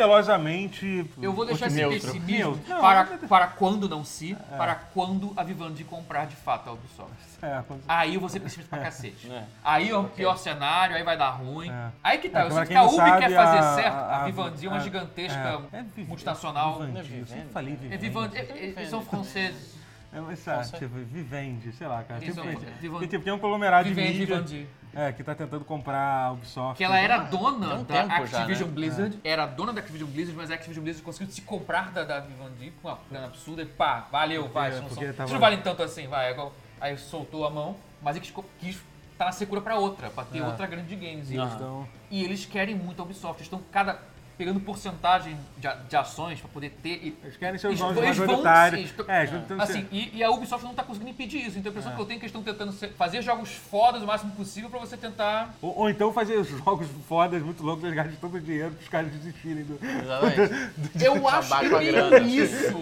S1: Cautelosamente...
S2: Eu vou deixar esse
S4: Neutro.
S2: pessimismo
S1: Hum. Neutro. Não,
S2: para,
S1: mas- é
S2: para quando não se, para quando a Vivendi comprar de fato a Ubisoft.
S1: É, quando-
S2: Aí eu vou ser pessimista pra cacete.
S4: É.
S2: Aí é o pior cenário, aí vai dar ruim.
S1: É.
S2: Aí que
S1: É,
S2: tá, eu
S1: pra
S2: sinto que
S1: quem
S2: a
S1: não
S2: Ubi
S1: sabe,
S2: quer fazer
S1: a-
S2: certo,
S1: a-
S2: a, Vivendi é uma
S1: a-
S2: gigantesca
S1: É, é Vivendi,
S2: multinacional.
S1: Vivendi,
S4: Não é
S1: eu sempre
S4: Vivendi,
S1: falei
S2: É
S1: Vivendi.
S2: Vivendi, é- é- eles são franceses.
S1: É, mas sabe, tipo, Vivendi, sei lá, cara. Tipo,
S2: Eles são- Vivendi.
S1: porque, tipo, tem um conglomerado de
S2: Vivendi,
S1: mídia...
S2: Vivendi.
S1: É, que tá tentando comprar a Ubisoft.
S2: Que ela era
S4: tem
S2: dona
S4: um
S2: da
S4: tempo já,
S2: Activision
S4: né?
S2: Blizzard. Era dona da Activision Blizzard, mas a Activision Blizzard conseguiu se comprar da, da Vivendi com uma grana absurda e pá, valeu, vai. Vocês não,
S1: porque
S2: são-
S1: tava-
S2: vocês não valem tanto assim, vai. Agora- Aí soltou a mão, mas eles co- quis tá na secura pra outra, pra ter outra grande games. E, eles,
S1: Então,
S2: e eles querem muito a Ubisoft, eles estão cada. pegando porcentagem de, a- de ações pra poder ter. e-
S1: eles querem ser os
S2: Eles-
S1: novos
S2: eles vão
S1: majoritários.
S2: se- esto-
S1: É, eles estão tentando
S2: Assim,
S1: ser-
S2: e, e a Ubisoft não tá conseguindo impedir isso. Então a impressão que eu tenho é que eles estão tentando ser- fazer jogos fodas o máximo possível pra você tentar.
S1: Ou, ou então fazer os jogos fodas, muito loucos, eles gastam todo o dinheiro pros caras desistirem do.
S4: Exatamente.
S2: Eu acho
S4: Acabar com a
S2: que
S4: grana,
S2: meio isso.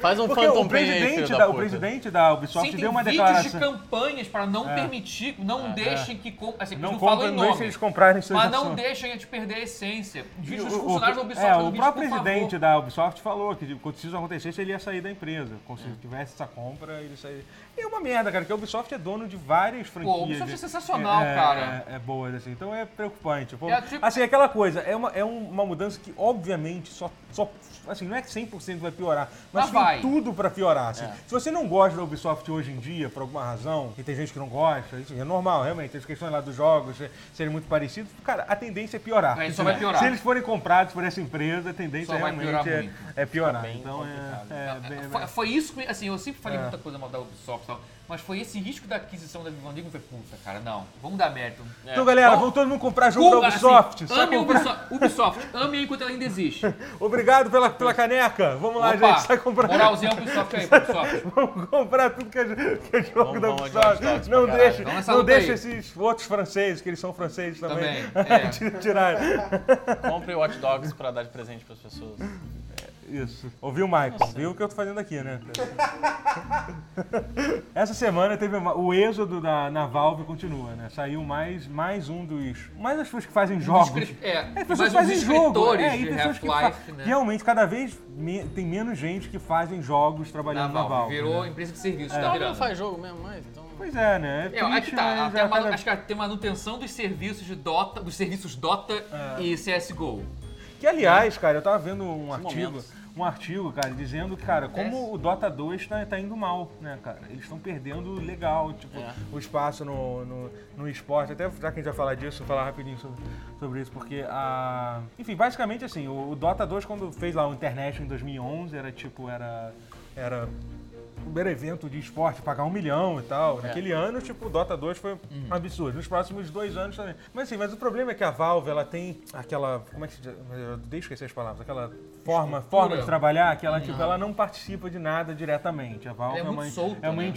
S4: Faz um
S1: assim. Porque
S4: Phantom
S1: o
S4: Pain aí, filho
S1: presidente,
S4: da,
S1: da, o
S4: puta.
S1: presidente da Ubisoft
S2: Sim, tem
S1: Tipo, deu uma
S2: vídeos
S1: declaração. É.
S2: de campanhas para não permitir, não deixem que... com- Assim,
S1: Não
S2: não falam
S1: compra,
S2: em
S1: não deixa
S2: nome,
S1: eles comprarem suas
S2: mas não
S1: ações.
S2: deixem a gente perder a essência. Vídeos
S1: O-
S2: dos
S1: o
S2: funcionários da Ubisoft
S1: É,
S2: no
S1: o
S2: vídeo,
S1: próprio
S2: por favor.
S1: presidente da Ubisoft falou que tipo, quando isso acontecesse, ele ia sair da empresa. Quando
S2: É.
S1: se tivesse essa compra, ele sairia. E é uma merda, cara, que a Ubisoft é dono de várias franquias.
S2: a Ubisoft é
S1: de-
S2: sensacional, cara.
S1: É, é boa, assim. Então é preocupante. Pô,
S2: É, tipo-
S1: Assim, é aquela coisa, é uma, é um- uma mudança que, obviamente, só, só. Assim, não é que 100% vai piorar, mas,
S2: Mas
S1: tem
S2: vai. É.
S1: tudo pra piorar. assim. Se você não gosta da Ubisoft hoje em dia, por alguma razão, e tem gente que não gosta, assim, é normal, realmente. As questões lá dos jogos se- serem muito parecidos, cara, a tendência é piorar.
S2: É, só vai piorar.
S1: Se eles forem comprados por essa empresa, a tendência
S2: Só vai
S1: realmente
S2: piorar
S1: é,
S2: muito.
S1: é piorar.
S4: bem
S1: Então é. é, bem-
S2: Foi, foi isso que, assim, eu sempre falei
S1: É.
S2: muita coisa mal da Ubisoft e tal, mas foi esse risco da aquisição da Vivendi que eu falei, puta, cara, não, vamos dar mérito.
S1: Então, galera,
S2: Bom,
S1: vamos todo mundo comprar jogo da Ubisoft.
S2: Assim,
S1: Só
S2: ame a
S1: comprar.
S2: Ubisoft, Ubisoft, ame enquanto ela ainda existe.
S1: Obrigado pela, pela caneca. Vamos lá, gente. Sai comprar.
S2: moralzinha Ubisoft aí, Ubisoft.
S1: Vamos comprar tudo que é, que é jogo
S4: Vamos-
S1: da
S4: vamos
S1: Ubisoft.
S4: ajudar os pra
S1: Não
S4: caralho.
S1: deixa,
S2: Vamos nessa
S1: não
S2: luta aí.
S1: deixa esses outros franceses, que eles são franceses também,
S2: Também, é.
S1: Tira- tirarem.
S4: Compre Watch Dogs pra dar de presente pras pessoas.
S1: Isso. Ouviu, Michael? Viu o que eu tô fazendo aqui, né? Essa semana teve uma- o êxodo da, na Valve continua, né? Saiu mais, mais um dos... Mais as pessoas que fazem jogos.
S2: Descri- É,
S1: É,
S2: mas
S1: pessoas
S2: os
S1: que fazem jogo.
S2: escritores
S1: É, e
S2: de
S1: pessoas que
S2: Half-Life,
S1: fa- é
S2: né?
S1: Realmente, cada vez me- tem menos gente que fazem jogos
S2: Na
S1: trabalhando na
S2: Valve,
S1: Valve.
S2: virou
S1: né?
S2: empresa de serviço,
S4: Não,
S2: tá
S4: não
S2: virando.
S4: faz jogo mesmo mais, então...
S1: Pois é, né? É
S2: É, aí que
S1: triste,
S2: tá,
S1: mas
S2: até
S1: a
S2: a manu-
S1: cada-
S2: acho que tem manutenção dos serviços de Dota, dos serviços Dota
S1: É.
S2: e CSGO.
S1: Que, aliás, cara, eu tava vendo um artigo,
S4: momentos.
S1: um artigo, cara, dizendo, cara, como
S2: Acontece.
S1: o Dota 2 tá, tá indo mal, né, cara? Eles estão perdendo legal, tipo,
S4: É.
S1: o espaço no, no, no esporte. Até já que a gente vai falar disso, eu vou falar rapidinho sobre, sobre isso, porque a... Enfim, basicamente, assim, o, o Dota 2, quando fez lá o International em 2011, era tipo, era... era o primeiro evento de esporte, pagar um milhão e tal. Naquele ano, tipo, o Dota 2 foi um absurdo. Nos próximos dois anos também. Mas assim, mas o problema é que a Valve, ela tem aquela, como é que se diz? Eu odeio esquecer as palavras. Aquela forma, forma de trabalhar que ela, tipo, ela não participa de nada diretamente. A Valve
S2: Ela é
S1: é,
S2: muito
S1: uma,
S2: solta,
S1: é uma
S2: né?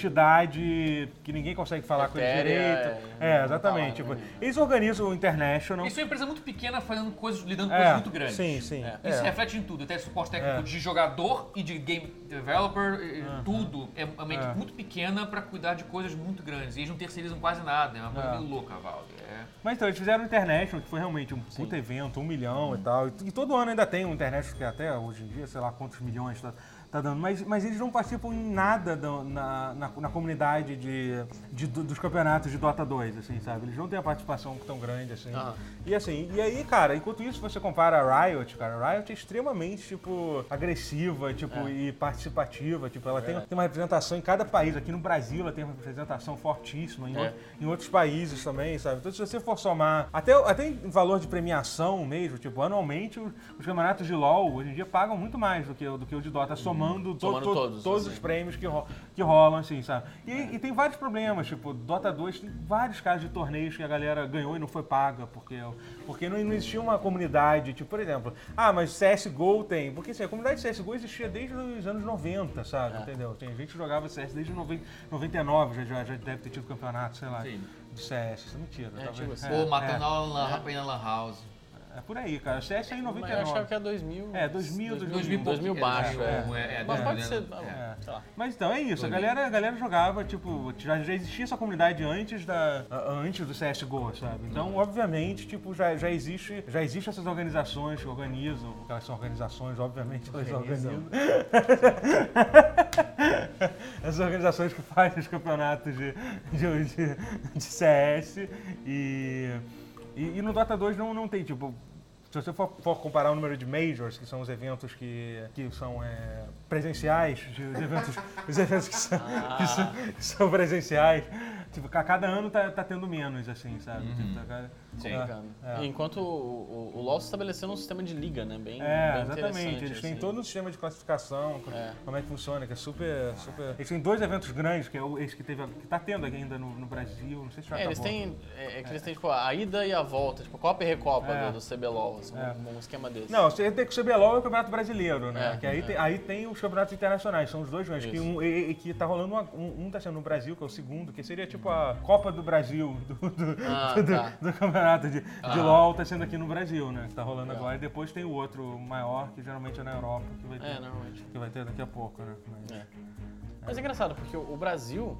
S1: entidade que ninguém consegue falar com eles
S4: Etérea,
S1: direito.
S4: é,
S1: É,
S4: não
S1: exatamente.
S4: tá lá,
S1: tipo,
S4: né?
S1: eles organizam o International.
S2: Isso é uma empresa muito pequena fazendo coisas, lidando com
S1: é,
S2: coisas muito grandes.
S1: Sim, sim.
S4: É.
S2: Isso
S1: É.
S2: reflete em tudo, até suporte técnico de jogador e de game developer, e- e tudo. É uma mente
S1: É.
S2: muito pequena pra cuidar de coisas muito grandes. E eles não terceirizam quase nada, é uma coisa
S1: É.
S2: meio louca, a Valve. É.
S1: Mas então, eles fizeram o International, que foi realmente um puta evento, um milhão e tal. E, t- e todo ano ainda tem um International, que até hoje em dia, sei lá quantos milhões tá, tá dando. Mas, mas eles não participam em nada da- na, na, na comunidade de, de- do- dos campeonatos de Dota 2, assim, sabe? Eles não têm a participação tão grande, assim.
S4: Aham.
S1: E assim, e aí, cara, enquanto isso você compara a Riot, cara, a Riot é extremamente, tipo, agressiva, tipo,
S4: É.
S1: e participativa. Tipo, ela tem, tem uma representação em cada país. Aqui no Brasil ela tem uma representação fortíssima, em,
S4: É.
S1: outro- em outros países também, sabe? Então se você for somar, até, até em valor de premiação mesmo, tipo, anualmente o- os campeonatos de LoL hoje em dia pagam muito mais do que, o- do que o de Dota, somando, to-
S4: Somando
S1: to-
S4: todos,
S1: todos
S4: assim.
S1: os prêmios que, ro- que rolam, assim, sabe? E, e tem vários problemas, tipo, Dota 2 tem vários casos de torneios que a galera ganhou e não foi paga, porque, porque não, não existia uma comunidade, tipo, por exemplo, ah, mas CSGO tem, porque assim, a comunidade de CSGO existia desde os anos 90, sabe? Entendeu? Tem gente que jogava CS desde 90, 99, já- já, já deve ter tido campeonato, sei lá,
S2: Sim.
S1: de CS, isso é mentira.
S4: tipo
S1: talvez.
S4: assim.
S2: Pô,
S1: é,
S2: matando a Lan, rapaz na Lan House.
S1: é por aí, cara, CS é em
S4: Mas eu
S1: 99.
S4: achava que era 2000...
S1: É, 2000,
S2: 2000,
S4: 2000 baixo,
S2: é.
S4: é.
S2: é, é,
S4: Mas
S2: é,
S4: pode
S2: né?
S4: ser...
S1: É.
S4: sei lá.
S1: Mas então é isso, a galera, a galera jogava, tipo, já, já existia essa comunidade antes da a- antes do CS:GO, sabe? Então, obviamente, tipo, já já existe, já existe essas organizações que organizam, porque elas são organizações, obviamente, elas organizam. Essas organizações que fazem os campeonatos de, de, de- de CS e, e, e no Dota 2 não, não tem, tipo, se você for, for comparar o número de majors, que são os eventos que, que são é, presenciais, de- os eventos, os eventos que, são, que são- que são presenciais, tipo, a cada ano tá, tá tendo menos, assim, sabe? Tipo, tá cada-
S2: Sim.
S1: é,
S4: E Enquanto o, o, o LoL se estabeleceu num sistema de liga, né? Bem,
S1: É,
S4: bem
S1: exatamente.
S4: interessante,
S1: Eles têm
S4: assim.
S1: todo um sistema de classificação, co-
S4: É.
S1: como é que funciona, que é super, super. Eles têm dois eventos grandes, que é o- esse que teve, que tá tendo ainda no, no Brasil, não sei se já
S4: É, eles
S1: acabou.
S4: têm, é, é que eles têm, tipo, a ida e a volta, tipo, Copa e Recopa
S1: É.
S4: do, do CBLOL, assim,
S1: É.
S4: um, um esquema desse.
S1: Não, você tem que o CBLOL e o Campeonato Brasileiro, né?
S4: É,
S1: que aí,
S4: é.
S1: tem, aí tem os campeonatos internacionais, são os dois grandes. Que,
S4: Isso.
S1: um, e, e- que tá rolando, uma- um, um tá sendo no Brasil, que é o segundo, que seria tipo a Copa do Brasil do, do-
S4: Ah,
S1: do-
S4: tá. Ah.
S1: do campeonato de, de LOL, tá sendo aqui no Brasil, né? Que tá rolando agora. E depois tem o outro maior, que geralmente é na Europa, que vai ter,
S4: né? É, normalmente.
S1: que vai ter daqui a pouco, né? Mas-
S4: É. Mas é engraçado, porque o o Brasil,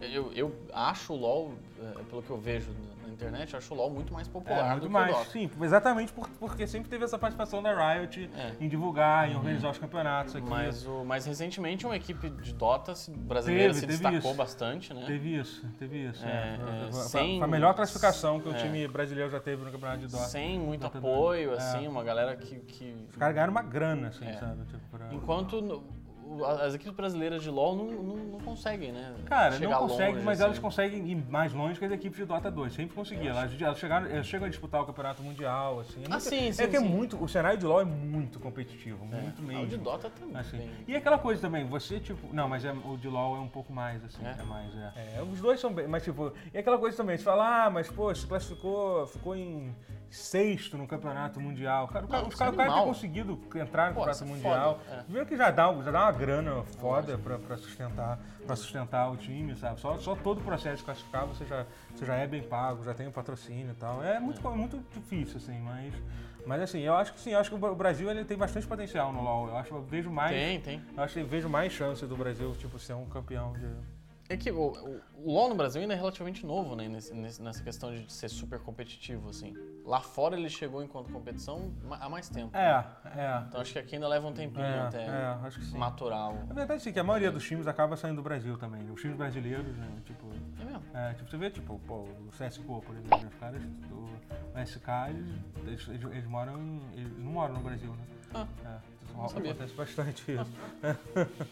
S4: Eu, eu acho o LoL, eh, pelo que eu vejo na internet, eu acho o LoL muito mais
S1: É,
S4: popular do
S1: muito
S4: que
S1: mais,
S4: o Dota.
S1: sim, exatamente por- porque sempre teve essa participação da Riot
S4: É.
S1: em divulgar, em organizar os campeonatos aqui.
S4: Mas, né? o, mas recentemente uma equipe de Dota se- brasileira
S1: Teve,
S4: se
S1: teve
S4: destacou
S1: isso.
S4: bastante, né?
S1: Teve isso, teve isso.
S4: É, é,
S1: Foi- foi-
S4: sem-
S1: foi a melhor classificação que o
S4: é.
S1: time brasileiro já teve no campeonato de Dota.
S4: Sem muito
S1: Dota
S4: apoio,
S1: Dota. É.
S4: assim, uma galera que. que...
S1: Os caras ganharam uma grana, assim,
S4: É.
S1: sabe? Tipo, pra-
S4: Enquanto no- o- as equipes brasileiras de LoL não, não, não conseguem, né?
S1: Cara,
S4: chegar
S1: não consegue,
S4: longe,
S1: mas
S4: assim.
S1: elas conseguem ir mais longe que as equipes de Dota 2. Sempre conseguiam. Elas, elas chegaram, elas chegam a disputar o campeonato mundial, assim. É
S4: Ah, sim, sim,
S1: É que é
S4: sim.
S1: muito. O cenário de LoL é muito competitivo, muito
S4: Ah,
S1: mesmo.
S4: o de Dota também.
S1: Assim. E aquela coisa também, você, tipo. Não, mas é- o de LOL é um pouco mais, assim. É,
S4: É?
S1: mais, é. É, Os dois são bem. Mas, tipo. E aquela coisa também, você fala, ah, mas, pô, se classificou, ficou em sexto no campeonato mundial. Cara, o cara,
S4: Não,
S1: os
S4: isso é
S1: caras o cara ter
S4: animal.
S1: conseguido entrar no
S4: Pô,
S1: campeonato
S4: isso é
S1: mundial.
S4: foda, é.
S1: Primeiro que já dá, um- já dá uma grana foda pra, pra sustentar, pra sustentar o time, sabe? Só, só todo o processo de classificar você já, você já é bem pago, já tem o patrocínio e tal. É muito, co- muito difícil, assim, mas. Mas assim, eu acho que sim, eu acho que o Bra- o Brasil ele tem bastante potencial no LoL. Eu acho eu vejo mais.
S4: Tem, tem.
S1: Eu acho que vejo mais chance do Brasil, tipo, ser um campeão de.
S4: É que o, o- o LoL no Brasil ainda é relativamente novo, né? nesse- nesse- nessa questão de ser super competitivo, assim. Lá fora ele chegou enquanto competição ma- há mais tempo.
S1: É, é.
S4: Então acho que aqui ainda leva um tempinho
S1: É,
S4: até
S1: é, acho que sim.
S4: maturar
S1: Na
S4: o...
S1: verdade, sim, que a maioria dos times acaba saindo do Brasil também. Os times brasileiros, né? Tipo.
S4: É mesmo?
S1: É, tipo, você vê, tipo, pô, o CSGO, por exemplo, né? os caras do o SK, eles- eles, eles, eles moram em. Eles não moram no Brasil, né?
S4: Ah.
S1: É, isso rola-
S4: sabia.
S1: acontece bastante isso.
S2: Ah.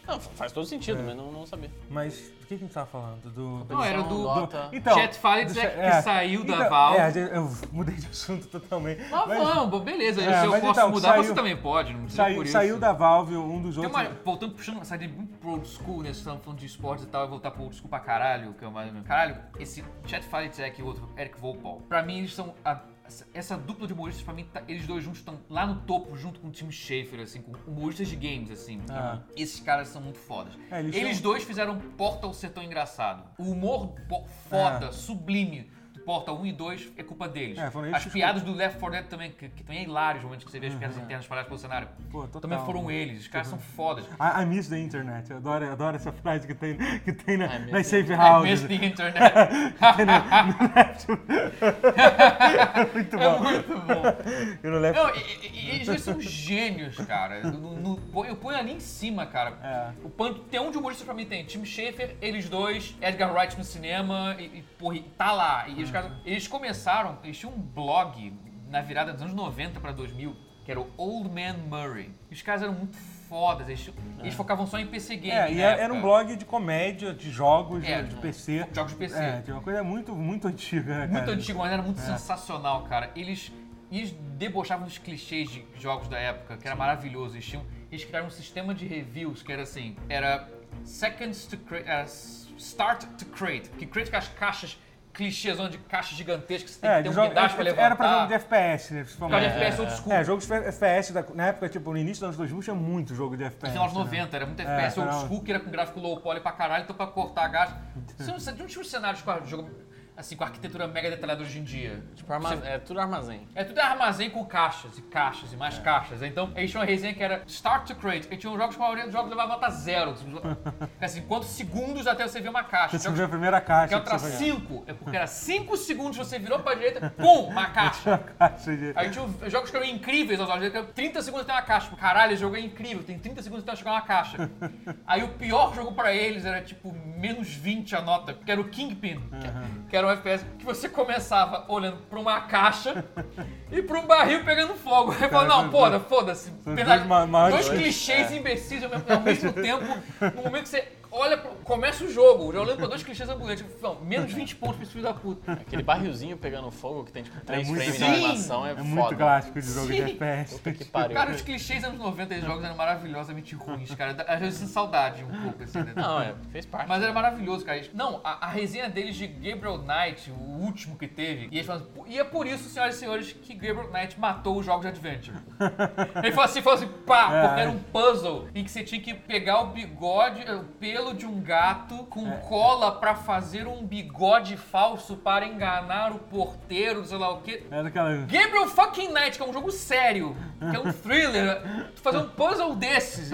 S4: Não, fa- faz todo sentido,
S1: É.
S4: mas não, não sabia.
S1: Mas o que, que a gente tava falando? Do. do...
S2: Não, era do-
S1: do-
S4: Dota.
S1: Então,
S2: Chat Fallets
S1: do-
S2: é que saiu da Valve.
S1: É, eu mudei de assunto totalmente.
S2: Mas
S1: Mas
S2: vamos, beleza.
S1: É,
S2: se eu
S1: mas
S2: posso
S1: então,
S2: mudar,
S1: saiu-
S2: você também pode. Não precisa por
S1: saiu,
S2: isso.
S1: saiu da Valve um dos
S2: Tem
S1: outros.
S2: uma, voltando, puxando uma saída muito pro old school, né? Vocês estavam falando de esportes e tal, e voltar pro old school pra caralho, que é uma... Caralho, esse Chad Falitzek e o outro, Eric Volpal, pra mim eles são... a- essa- essa dupla de humoristas, pra mim, tá- eles dois juntos estão lá no topo, junto com o Tim Schafer, assim, com humoristas de games, assim.
S1: Ah.
S2: Esses caras são muito fodas.
S1: É, eles
S2: eles
S1: são-
S2: dois fizeram um Portal ser tão engraçado. O humor po- foda, sublime do Portal 1 e 2 é culpa deles.
S1: É, foram eles
S2: as
S1: que- Uhum.
S2: piadas do Left 4 Dead também, que, que também é hilário, os momentos que você vê as piadas internas espalhadas pelo cenário.
S1: Pô, total.
S2: também foram eles, os caras são fodas.
S1: I, I miss the internet. Eu adoro, eu adoro essa frase que tem, que tem na,
S4: I miss
S1: nas
S4: the-
S1: safe
S2: I
S1: houses.
S2: É, miss the internet.
S1: Muito
S2: É
S1: bom.
S2: muito bom.
S1: Eu não levo.
S2: Não, e- e- e eles dois são gênios, cara. No- no- põe- eu ponho ali em cima,
S1: É.
S2: cara. O Punk tem um de humoristas pra mim tem. Tim Schafer, eles dois, Edgar Wright no cinema, e, e, porra, e tá lá.
S1: Uhum.
S2: E os caras, eles começaram, eles tinham um blog na virada dos anos 90 pra 2000, que era o Old Man Murray. E os caras eram muito fodas, eles, eles focavam só em PC Game.
S1: É, e
S2: na
S1: era,
S2: época.
S1: era um blog de comédia, de jogos,
S2: É,
S1: de- de PC.
S2: jogos de PC.
S1: É, de uma coisa muito, muito antiga, né,
S2: Muito
S1: cara?
S2: antigo, mas era muito sensacional, cara. Eles, eles debochavam dos clichês de jogos da época, que era maravilhoso. Eles, tinham, eles criaram um sistema de reviews que era assim: era seconds to crate, era start to crate, que crate com as caixas clichês, onde caixas gigantescas que você tem
S1: É,
S2: que ter
S1: de
S2: um
S1: jogo,
S2: pedaço pra
S1: era,
S2: levantar.
S1: pra jogo de FPS, né?
S2: Por causa
S1: Principalmente.
S2: de FPS old school.
S1: É, jogos de FPS, da- na época, tipo, no início dos anos 2000 tinha muito jogo de FPS.
S2: final dos
S1: né?
S2: 90, era muito FPS
S1: É,
S2: old
S1: era-
S2: school, que era com gráfico low poly pra caralho, então pra cortar gás. Você não, você não tinha uns cenários com a, jogo, assim, com a arquitetura mega detalhada hoje em dia.
S4: Tipo, arma- é tudo armazém.
S2: É tudo armazém com caixas e caixas e mais
S1: É.
S2: caixas. Então, eles tinham uma resenha que era Start to Crate. E tinham jogos que a maioria dos jogos levava nota zero. Assim, quantos segundos até você ver uma caixa.
S1: Você
S2: Tinha
S1: viu a
S2: jogos
S1: primeira
S2: que é
S1: caixa.
S2: era pra
S1: você vai-
S2: 5. É porque era 5 segundos você virou pra direita, pum, uma caixa.
S1: Caixa de-
S2: Aí tinha os jogos que eram incríveis aos olhos, que eram 30 segundos até uma caixa. Caralho, esse jogo é incrível, tem 30 segundos até chegar uma caixa. Aí o pior jogo pra eles era tipo menos 20 a nota, que era o Kingpin, que, que era um FPS que você começava olhando pra uma caixa e pra um barril pegando fogo. Aí falou, não,
S1: dois-
S2: porra, foda-se.
S1: dois
S2: Pena-
S1: ma- maiores É.
S2: Dois
S1: dois.
S2: clichês imbecis ao mesmo, ao mesmo tempo, no momento que você olha, pro- começa o jogo, já olhando pra dois clichês ambulantes. Tipo, não, menos 20 pontos pra esse filho da puta.
S4: Aquele barrilzinho pegando fogo que tem tipo três
S1: muito
S4: frames de
S1: clássico.
S4: animação é,
S1: É
S4: foda.
S1: muito clássico de jogo de
S2: então, Sim.
S1: FPS.
S4: Puta que pariu.
S2: Cara, os clichês anos 90 dos jogos eram maravilhosamente ruins, cara. Às vezes eu sinto saudade um pouco, assim, né?
S4: Não, é, fez parte.
S2: Mas era maravilhoso, cara. Eles- Não, a, a resenha deles de Gabriel Knight, o último que teve, e eles falam, "Pô, e é por isso, senhoras e senhores, que Gabriel Knight matou os jogos de Adventure. Ele falou assim, falou assim, pá,
S1: É,
S2: porque
S1: é.
S2: era um puzzle em que você tinha que pegar o bigode, o pelo de um gato com cola pra fazer um bigode falso para enganar o porteiro, sei lá o quê.
S1: Era aquela.
S2: Gabriel fucking Knight, que é um jogo sério, que é um thriller, tu fazer um puzzle desses.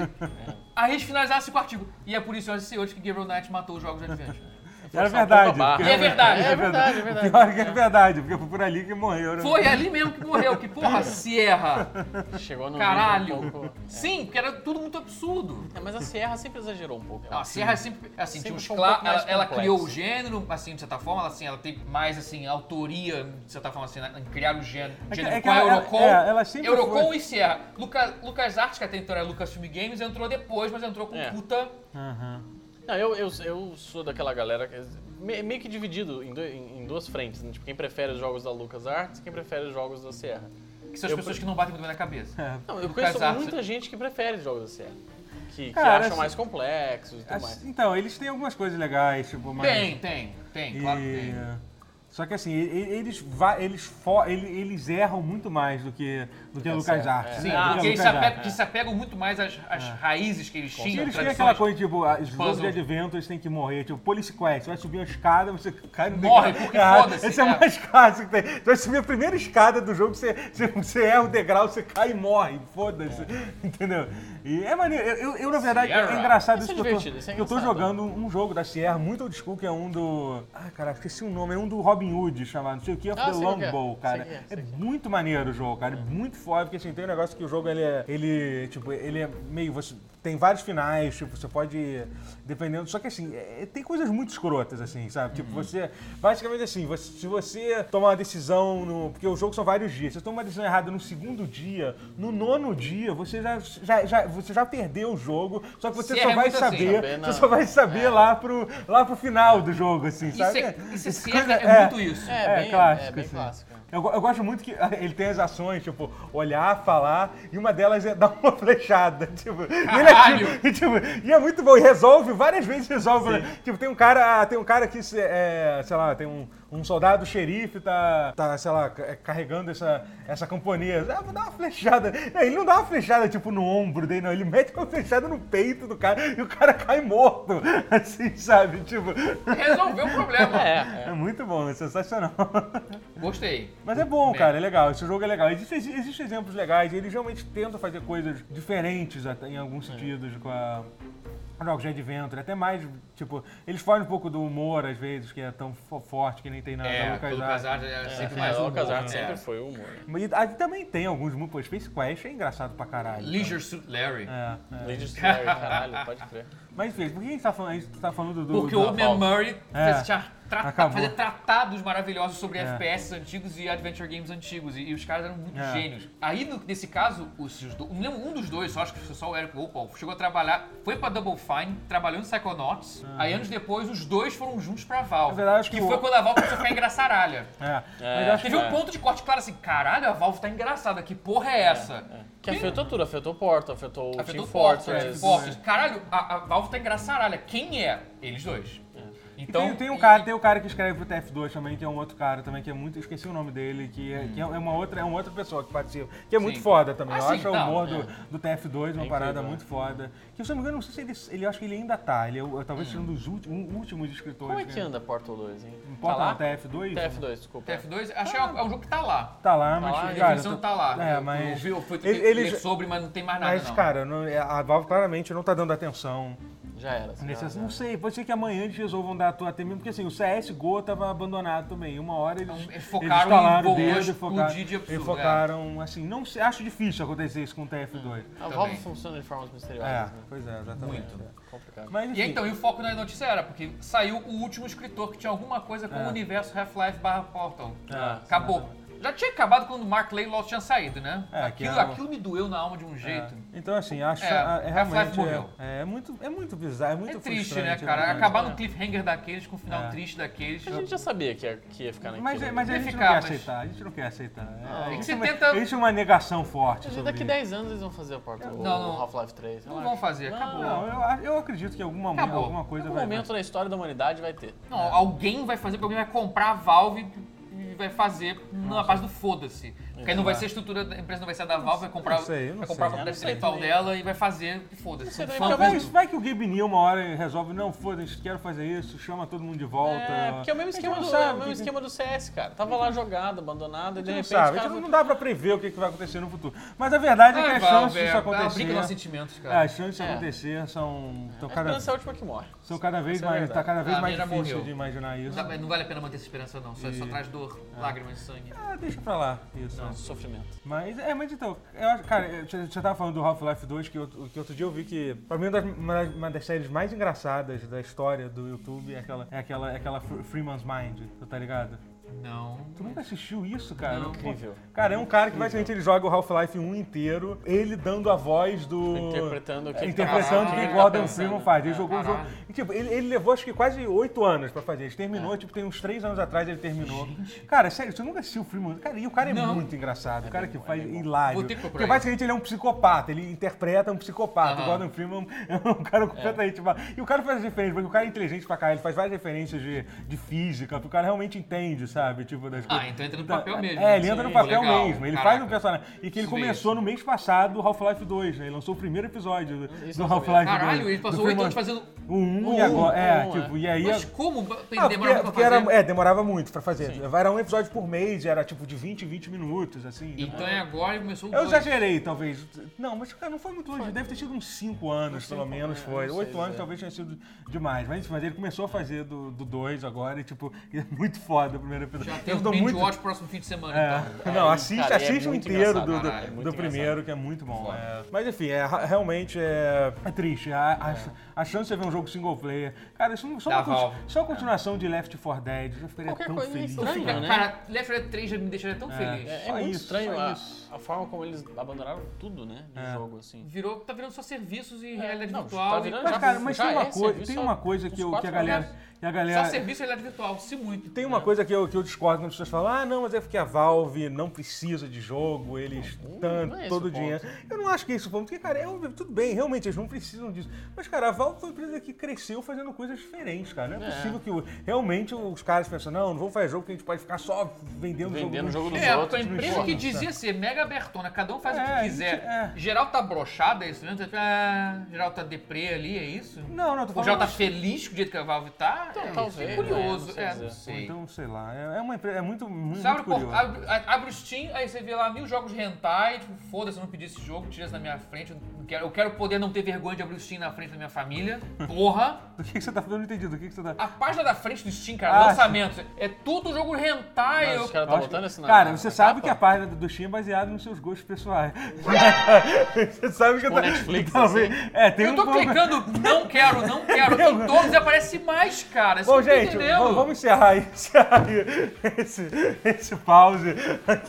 S2: Aí eles finalizassem com o artigo. E é por isso, senhoras e senhores, que Gabriel Knight matou os jogos de Adventure.
S1: Era verdade.
S4: barra.
S1: porque-
S2: E é verdade.
S4: É verdade, é verdade.
S1: Pior que é verdade, porque foi por ali que morreu. né?
S2: Foi é. ali mesmo que morreu, que porra, Sierra!
S4: Chegou no
S2: Caralho!
S4: nível um pouco-
S2: Sim, porque era tudo muito absurdo.
S4: É, mas a Sierra sempre exagerou um pouco. eu
S1: Então,
S2: Não, a
S4: acho.
S2: Sierra sempre, assim, tinha
S4: Sempre
S2: uns
S4: foi um
S2: cla-
S4: pouco mais
S2: ela, ela
S4: complexo.
S2: criou o gênero, assim, de certa forma, ela, assim, ela tem mais, assim, autoria, de certa forma, assim, na- em criar o gênero,
S1: que-
S2: gênero
S1: é que
S2: com a
S1: ela-
S2: Eurocom,
S1: é, ela sempre
S2: Eurocom
S1: foi-
S2: e Sierra. Luca, Lucas Arts, que até então era Lucasfilm Games, entrou depois, mas entrou com
S4: É.
S2: puta...
S4: Não, eu, eu, eu sou daquela galera que é me- meio que dividido em, do- em- em duas frentes, né? Tipo, quem prefere os jogos da LucasArts e quem prefere os jogos da Sierra.
S2: Que são as
S4: Eu
S2: pessoas
S4: pre-
S2: que não batem muito bem na cabeça.
S1: É,
S4: Não, eu
S2: LucasArts-
S4: conheço muita gente que prefere os jogos da Sierra. Que, que
S1: Cara,
S4: acham
S1: assim-
S4: mais complexos e tudo mais.
S1: Assim, Então, eles têm algumas coisas legais, tipo, mas...
S2: Tem, tem, tem, claro que tem.
S1: E- é, Só que assim, e- e- eles, va- eles, fo- ele- eles erram muito mais do que, do
S2: Tá
S1: que a Lucas Arts.
S2: Sim,
S1: né? Do que a
S2: porque eles se,
S1: LucasArts.
S2: apegam, eles se apegam muito mais às, às raízes que eles
S1: E
S2: tinham,
S1: eles têm
S2: tradições.
S1: aquela coisa, tipo, ah, os jogos de
S2: Puzzle.
S1: adventos tem que morrer. Tipo, Police Quest, você vai subir uma escada, você cai no
S2: Morre,
S1: degrau.
S2: porque
S1: Ah,
S2: foda-se,
S1: Esse é, o
S2: é.
S1: mais clássico que tem. Você vai subir a primeira escada do jogo, você, você, você erra o degrau, você cai e morre. Foda-se. Entendeu? E é maneiro. Eu, eu- eu, na verdade,
S2: Sierra.
S1: é engraçado isso,
S4: Isso é
S1: que eu tô,
S4: divertido, isso é
S1: que eu tô
S4: engraçado.
S1: jogando um jogo da Sierra, muito old school, que é um do... Ah, cara, esqueci o nome. É um do Robin Hood, chamado não sei o que, of
S4: Ah,
S1: the
S4: sei qual que é.
S1: Longbow, cara.
S4: Sei que é,
S1: É
S4: sei que é.
S1: muito maneiro o jogo, cara. É muito foda, porque assim, tem um negócio que o jogo ele é. Ele, tipo, ele é meio. Você tem vários finais, tipo, você pode. Dependendo. Só que assim, é- tem coisas muito escrotas, assim, sabe? Tipo, você. Basicamente assim, você- se você tomar uma decisão no. Porque o jogo são vários dias. Se você toma uma decisão errada no segundo dia, no nono dia, você já, já, já- você já perdeu o jogo. Só que você
S2: Se é
S1: só vai
S2: muito assim,
S1: saber.
S4: saber na-
S1: Você só vai saber lá, pro, lá pro final do jogo, assim, sabe?
S2: Isso, é, isso é
S1: Essa
S2: Sierra,
S1: coisa-
S2: é muito isso.
S4: É,
S1: É,
S4: bem,
S1: clássico,
S4: é bem
S1: assim.
S4: clássico.
S1: Eu, go- eu gosto muito que ah, ele tem as ações, tipo, olhar, falar, e uma delas é dar uma flechada. Tipo, e ele
S2: Caralho!
S1: é, tipo, e, tipo, e é muito bom, e resolve, várias vezes resolve. Tipo, tem um cara, tem um cara que, se- é, sei lá, tem um, um soldado xerife, tá, tá, sei lá, ca- é, carregando essa, essa camponesa. Ah, vou dar uma flechada. Não, ele não dá uma flechada, tipo, no ombro dele, não. Ele mete uma flechada no peito do cara e o cara cai morto. Assim, sabe? Tipo,
S2: Resolveu o problema.
S4: É,
S1: é
S4: é.
S1: muito bom, é sensacional.
S2: Gostei.
S1: Mas é bom,
S2: Bem.
S1: cara, é legal. Esse jogo é legal. Existem existe exemplos legais, eles realmente tentam fazer coisas diferentes até, em
S2: É.
S1: alguns sentidos com a. Jogos de adventure, até mais, tipo, eles fogem um pouco do humor, às vezes, que é tão fo- forte que nem tem na, na
S2: É, pelo
S1: LucasArts.
S2: casar era sempre
S4: É,
S2: mais
S4: o
S2: um.
S4: LucasArts
S1: né?
S2: é.
S4: sempre foi o humor.
S1: E aí também tem alguns, mu- pô, Space Quest é engraçado pra caralho.
S2: Leisure Suit Larry.
S1: É, é.
S4: Lady Story, caralho, pode crer.
S1: Mas, enfim, por que a gente tá falando, a gente tá falando do...
S2: Porque
S1: do-
S2: o Oldman
S4: Paulo.
S2: Murray
S1: É.
S2: fez- tinha trata-
S1: Acabou.
S2: fazia tratados maravilhosos sobre
S1: É.
S2: FPS antigos e adventure games antigos. E, e os caras eram muito
S1: É.
S2: gênios. Aí, no- nesse caso, os, os do- não lembro, um dos dois, só acho que só o Eric Opal, chegou a trabalhar, foi pra Double Fine, trabalhou no Psychonauts. Aí, anos depois, os dois foram juntos pra Valve.
S1: Na É. verdade, acho
S2: que
S1: que o-
S2: foi quando a Valve começou a ficar engraçaralha.
S1: É,
S4: É.
S1: mas eu acho que...
S2: Teve um ponto de corte claro assim, caralho, a Valve tá engraçada, que porra é essa?
S4: Que afetou tudo, afetou Portal, afetou o
S2: Afetou
S4: Team
S2: o Fortress, Team
S4: Fortress.
S1: né?
S2: Fortress. Caralho, a, a Valve tá engraçaralha. Quem é? Eles dois. Então,
S1: tem, tem um
S2: e-
S1: cara, tem um cara que escreve pro TF2 também, que é um outro cara também, que é muito. eu Esqueci o nome dele, que é, que é uma, outra, é uma outra pessoa que participa. Que é muito
S2: Uhum. Sim.
S1: foda também.
S2: Ah,
S1: eu
S2: sim,
S1: acho o
S2: tá,
S1: humor
S2: é. né?
S1: do, do TF2 uma
S4: É
S1: parada
S4: incrível,
S1: muito foda. Que se eu não me engano, não sei se ele. ele eu acho que ele ainda tá. Ele é, o- talvez
S2: Hum.
S1: seja um dos ulti- um- últimos escritores.
S4: Como é que anda Portal 2, hein?
S1: Importa
S4: tá
S1: não,
S4: lá?
S1: TF2?
S4: TF2, desculpa.
S2: TF2, acho que é um, é um jogo que tá lá.
S1: Tá lá, mas.
S4: lá,
S1: cara,
S2: A definição
S1: tá-
S2: tá lá.
S1: É,
S2: Eu-
S1: mas.
S2: Eu vi, eu fui
S1: ele-
S2: ler
S1: eles-
S2: sobre, mas não tem mais nada,
S1: mas,
S2: não.
S1: cara, não- é, a Valve claramente não tá dando atenção.
S4: Já era. assim,
S1: Nesse-
S4: já-
S1: não sei, pode ser que amanhã eles resolvam dar até mesmo, porque assim, o CSGO tava abandonado também. Uma hora eles,
S2: Então, eles focaram
S1: eles estalaram
S2: em
S1: o dedo
S2: boas
S1: e focaram,
S2: explodir de absurdo, é.
S1: e focaram assim, não sei, acho difícil acontecer isso com o TF2.
S4: A
S2: Também.
S4: Valve funciona de formas
S1: É,
S4: misteriosas, né?
S1: pois é, exatamente.
S2: tá. Muito.
S1: é.
S4: Complicado.
S1: Mas
S2: E
S1: enfim,
S2: aí, então, e o foco na notícia era, porque saiu o último escritor que tinha alguma coisa com o universo Half-Life barra Portal.
S1: É,
S2: Acabou. Já tinha acabado quando o Mark Laylock tinha saído, né?
S1: É, que
S2: aquilo,
S1: era o-
S2: aquilo me doeu na alma de um jeito.
S1: então assim, acho
S2: É,
S1: a- é,
S2: Half-Life
S1: realmente é,
S2: morreu.
S1: é muito é muito bizarro, é
S2: É
S1: muito
S2: triste, né,
S1: frustrante,
S2: cara?
S1: é muito-
S2: Acabar no cliffhanger daqueles, com o final
S1: É.
S2: triste daqueles.
S4: A gente já sabia que ia, que ia ficar naquilo.
S1: Mas, é- mas a gente não
S2: Ficar,
S1: quer
S2: mas-
S1: aceitar, a gente não quer aceitar. É,
S2: Tem que
S1: existe,
S2: se
S1: uma,
S2: tenta-
S1: existe uma negação forte sobre
S4: Daqui
S1: isso.
S4: 10 anos eles vão fazer a Portal, o
S2: Não, não.
S4: Half-Life 3. eu
S2: Não
S4: acho.
S2: vão fazer, acabou.
S1: Não, eu, a- eu acredito que alguma,
S2: Acabou.
S1: alguma coisa
S4: Algum
S1: vai...
S4: momento na história da humanidade vai ter.
S2: Não, alguém vai fazer, porque alguém vai comprar a Valve e vai fazer na base do foda-se. Porque aí não vai ser a estrutura, da empresa não vai ser a da Valve, vai comprar,
S1: É. não sei, eu não
S2: vai comprar a
S1: sei.
S4: Eu não
S2: propriedade
S4: sei
S2: intelectual
S4: também.
S2: dela e vai fazer e foda-se.
S4: sei também,
S2: Fã
S4: porque
S1: Vai,
S2: mesmo.
S1: vai que o Gabe Neal uma hora resolve, não, foda-se, quero fazer isso, chama todo mundo de volta.
S4: É, porque é o mesmo
S1: A gente
S4: esquema
S1: não
S4: do,
S1: sabe
S4: é o
S1: o
S4: mesmo
S1: que-
S4: esquema do CS, cara. Tava lá jogado, abandonado, e de
S1: não
S4: repente
S1: sabe,
S4: os
S1: a gente
S4: caras.
S1: não dá pra prever o que que vai acontecer no futuro. Mas a verdade é que
S2: Ah,
S1: as
S2: Valve,
S1: chances
S4: um
S1: disso
S2: é, aplica nossos
S1: acontecer,
S2: sentimentos, cara.
S1: as chances de
S4: É.
S1: acontecer são, são
S4: A
S1: cada,
S4: esperança é a última que morre.
S1: são cada vez
S4: Essa é a Tá
S1: mais, tá
S4: verdade.
S1: cada vez
S2: Ah, a
S1: mais
S2: minha
S1: difícil
S2: morreu.
S1: de imaginar isso.
S2: Não, dá- não vale a pena manter essa esperança, não. Só, só
S1: E-
S2: traz dor, lágrimas e sangue.
S1: Ah, deixa pra lá isso. né?
S4: Sofrimento.
S1: Mas, é, mas então, eu acho, cara, eu- você você tava falando do Half-Life 2, que, outro- que outro dia eu vi que, pra mim, uma das, uma das- uma das séries mais engraçadas da história do YouTube é aquela, é aquela, é aquela Fre- Freeman's Mind, tu tá ligado?
S2: Não.
S1: Tu nunca assistiu isso, cara?
S2: Não.
S4: Incrível.
S1: Cara, é um cara que basicamente ele joga o Half-Life 1 inteiro, ele dando a voz do...
S4: Interpretando o que
S1: É,
S4: ele tá
S1: interpretando o que
S4: pensando, ele
S1: o
S4: tá
S1: Gordon
S4: pensando.
S1: Freeman faz. Ele jogou o jogo.
S2: caralho.
S1: E, tipo, ele, ele levou acho que quase oito anos pra fazer. Ele terminou, tipo, tem uns três anos atrás ele terminou. Cara, sério, você nunca assistiu o Freeman? Cara, e o cara é
S2: Não.
S1: muito engraçado. o cara que faz hilário.
S2: Vou ter que procurar
S1: Porque
S2: isso.
S1: basicamente ele é um psicopata, ele interpreta um psicopata. O
S2: Aham.
S1: Gordon Freeman é um cara completamente. mal. E o cara faz as referências, porque o cara é inteligente pra caralho, ele faz várias referências de, de física, porque o cara realmente entende, sabe? Tipo, das
S2: Ah, então entra no
S1: Tá.
S2: papel mesmo.
S1: É, ele
S2: né?
S1: entra no
S2: Sim,
S1: papel
S2: legal.
S1: mesmo. Ele
S2: Caraca.
S1: faz um personagem. E que ele
S2: Isso veio.
S1: começou no mês passado do Half-Life 2, né? Ele lançou o primeiro episódio do, do Half-Life
S4: não
S1: 2.
S4: sabia.
S2: Caralho, ele
S1: Do
S2: passou oito
S1: Freeman-
S2: anos fazendo. né?
S1: O 1
S4: O
S1: e
S4: um,
S1: agora. É,
S4: um,
S1: tipo, e aí.
S2: Mas como? Tem
S1: Ah,
S2: demorava pra
S1: porque
S2: fazer.
S1: era, é, demorava muito pra fazer. Era um episódio por mês, era tipo de 20 em 20 minutos, assim.
S2: Então é agora e começou o
S1: Eu
S2: dois.
S1: exagerei, talvez. Não, mas cara, não foi muito longe. Deve ter sido uns 5 anos, pelo menos, foi.
S4: não
S1: 8
S4: sei
S1: anos
S2: é.
S4: dizer.
S1: talvez tenha sido demais. Mas, mas ele começou a fazer do 2 agora e, tipo, é muito foda o primeiro episódio.
S2: Já tem
S1: Eu
S2: um
S1: dou
S2: binge
S1: muito-
S2: watch próximo fim de semana, então.
S1: é. Não, assiste,
S4: cara, é
S1: assiste o
S4: muito
S1: inteiro
S4: engraçado,
S1: do, do,
S4: caralho, é muito
S1: do
S4: engraçado.
S1: primeiro, que é muito bom. é. Mas enfim, é, ra- realmente é, é triste. A, a- a chance de você ver um jogo single player. Cara, isso não, só,
S2: Da
S1: uma, conti-
S2: Valve.
S4: É.
S1: só a continuestranho de Left 4 Dead. Eu já ficaria
S4: Qualquer
S1: tão
S4: coisa
S1: feliz.
S4: estranha.
S1: Fica-
S4: Não, né?
S2: Cara, Left 4 Dead 3 já me deixaria tão feliz.
S4: É, é
S1: Só
S4: muito
S1: isso,
S4: estranho
S1: só
S4: a,
S1: isso. É.
S4: a forma como eles abandonaram tudo, né? Do jogo, assim.
S2: Virou, tá virando só serviços e realidade
S4: não,
S2: virtual.
S4: tá
S2: e- assim.
S4: virando-
S1: Mas,
S4: Já-
S1: cara, mas
S4: já
S1: tem uma,
S4: é
S1: coi-
S4: serviço
S1: tem
S4: há
S1: uma coisa que,
S4: uns
S1: eu, que a
S4: quatro
S1: galera.
S4: anos.
S1: Que a
S2: Só
S1: galera
S2: serviço e realidade virtual, se muito. É.
S1: Tem
S4: É.
S1: uma coisa que eu, que eu discordo quando as pessoas falam, ah, não, mas é porque a Valve não precisa de jogo, eles tanto,
S4: não é esse
S1: todo o
S4: o ponto.
S1: dinheiro. Eu não acho que é isso, o ponto, porque, cara, é, um- tudo bem, realmente, eles não precisam disso. Mas, cara, a Valve foi uma empresa que cresceu fazendo coisas diferentes, cara. Não é, possível que o- realmente os caras pensam, não, não vou fazer jogo que a gente pode ficar só vendendo,
S4: Vendendo o
S1: do-
S4: jogo dos
S2: É,
S4: outros.
S2: a empresa
S4: porra.
S2: que dizia ser mega abertona, cada um faz o
S1: É,
S2: que quiser.
S1: a gente-
S2: Geral tá brochada, é isso mesmo? Ah, geral tá deprê ali, é isso?
S1: Não, não, tô
S2: Ou
S1: falando...
S2: geral tá feliz com o jeito que a Valve tá?
S4: Então,
S2: é,
S4: talvez,
S2: É curioso,
S4: né?
S2: é,
S4: Não
S2: não
S4: sei
S2: sei.
S1: Então, sei lá, é, é uma empresa, é muito, muito,
S2: Você abre, o por-
S1: curioso.
S2: abre, a- abre o Steam, aí você vê lá mil jogos de hentai, tipo, foda-se, eu não pedi esse jogo, tira isso na minha frente, eu, não quero, eu quero poder não ter vergonha de abrir o Steam na frente da minha família. Porra!
S1: Do que, que você tá falando? Eu não entendi, do que, que você tá...
S2: A página da frente do Steam, cara,
S1: Ah,
S2: lançamento, é tudo jogo de hentai.
S4: Mas
S2: eu-
S4: os caras
S1: Eu acho que-
S4: estão Tá botando esse na-
S1: Cara, você
S4: na
S1: sabe
S4: capa?
S1: que a página do do Steam é baseada nos seus gostos pessoais. você sabe que eu
S4: Tipo Netflix,
S1: talvez- É, tem
S2: eu
S1: um
S2: tô
S1: pouco-
S2: clicando, não quero, não quero, em todos e aparece mais, cara. Você
S1: Bom,
S2: não tá
S1: gente,
S2: entendendo?
S1: vamos, vamos encerrar aí, encerrar aí esse, esse pause.
S4: Ah.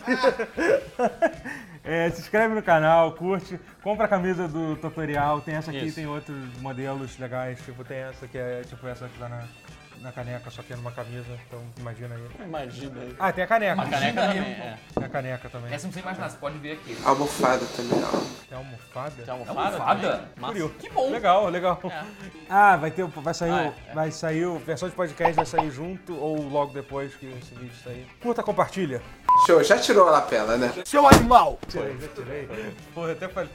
S1: É, se inscreve no canal, curte, compra a camisa do tutorial. Tem essa aqui,
S4: Isso.
S1: tem outros modelos legais. Tipo, tem essa que é tipo essa que tá na, na caneca, só que é numa camisa. Então, imagina aí.
S4: Imagina aí.
S1: Ah, tem a caneca.
S4: A caneca também, é.
S1: Tem a caneca também.
S2: Essa não sei imaginar, você pode ver aqui.
S6: Almofada também, ó.
S1: Tem a almofada.
S4: Tem almofada?
S2: almofada?
S4: também? Massa.
S1: Curioso.
S4: Que bom. É.
S1: Legal, legal. Ah, vai ter, o- vai sair,
S4: Ah,
S1: o,
S4: é, é.
S1: vai sair, o versão de podcast vai sair junto ou logo depois que esse vídeo sair. Curta, compartilha.
S6: Show, já tirou a lapela, né?
S1: Tirei, já tirei. Porra, até falei.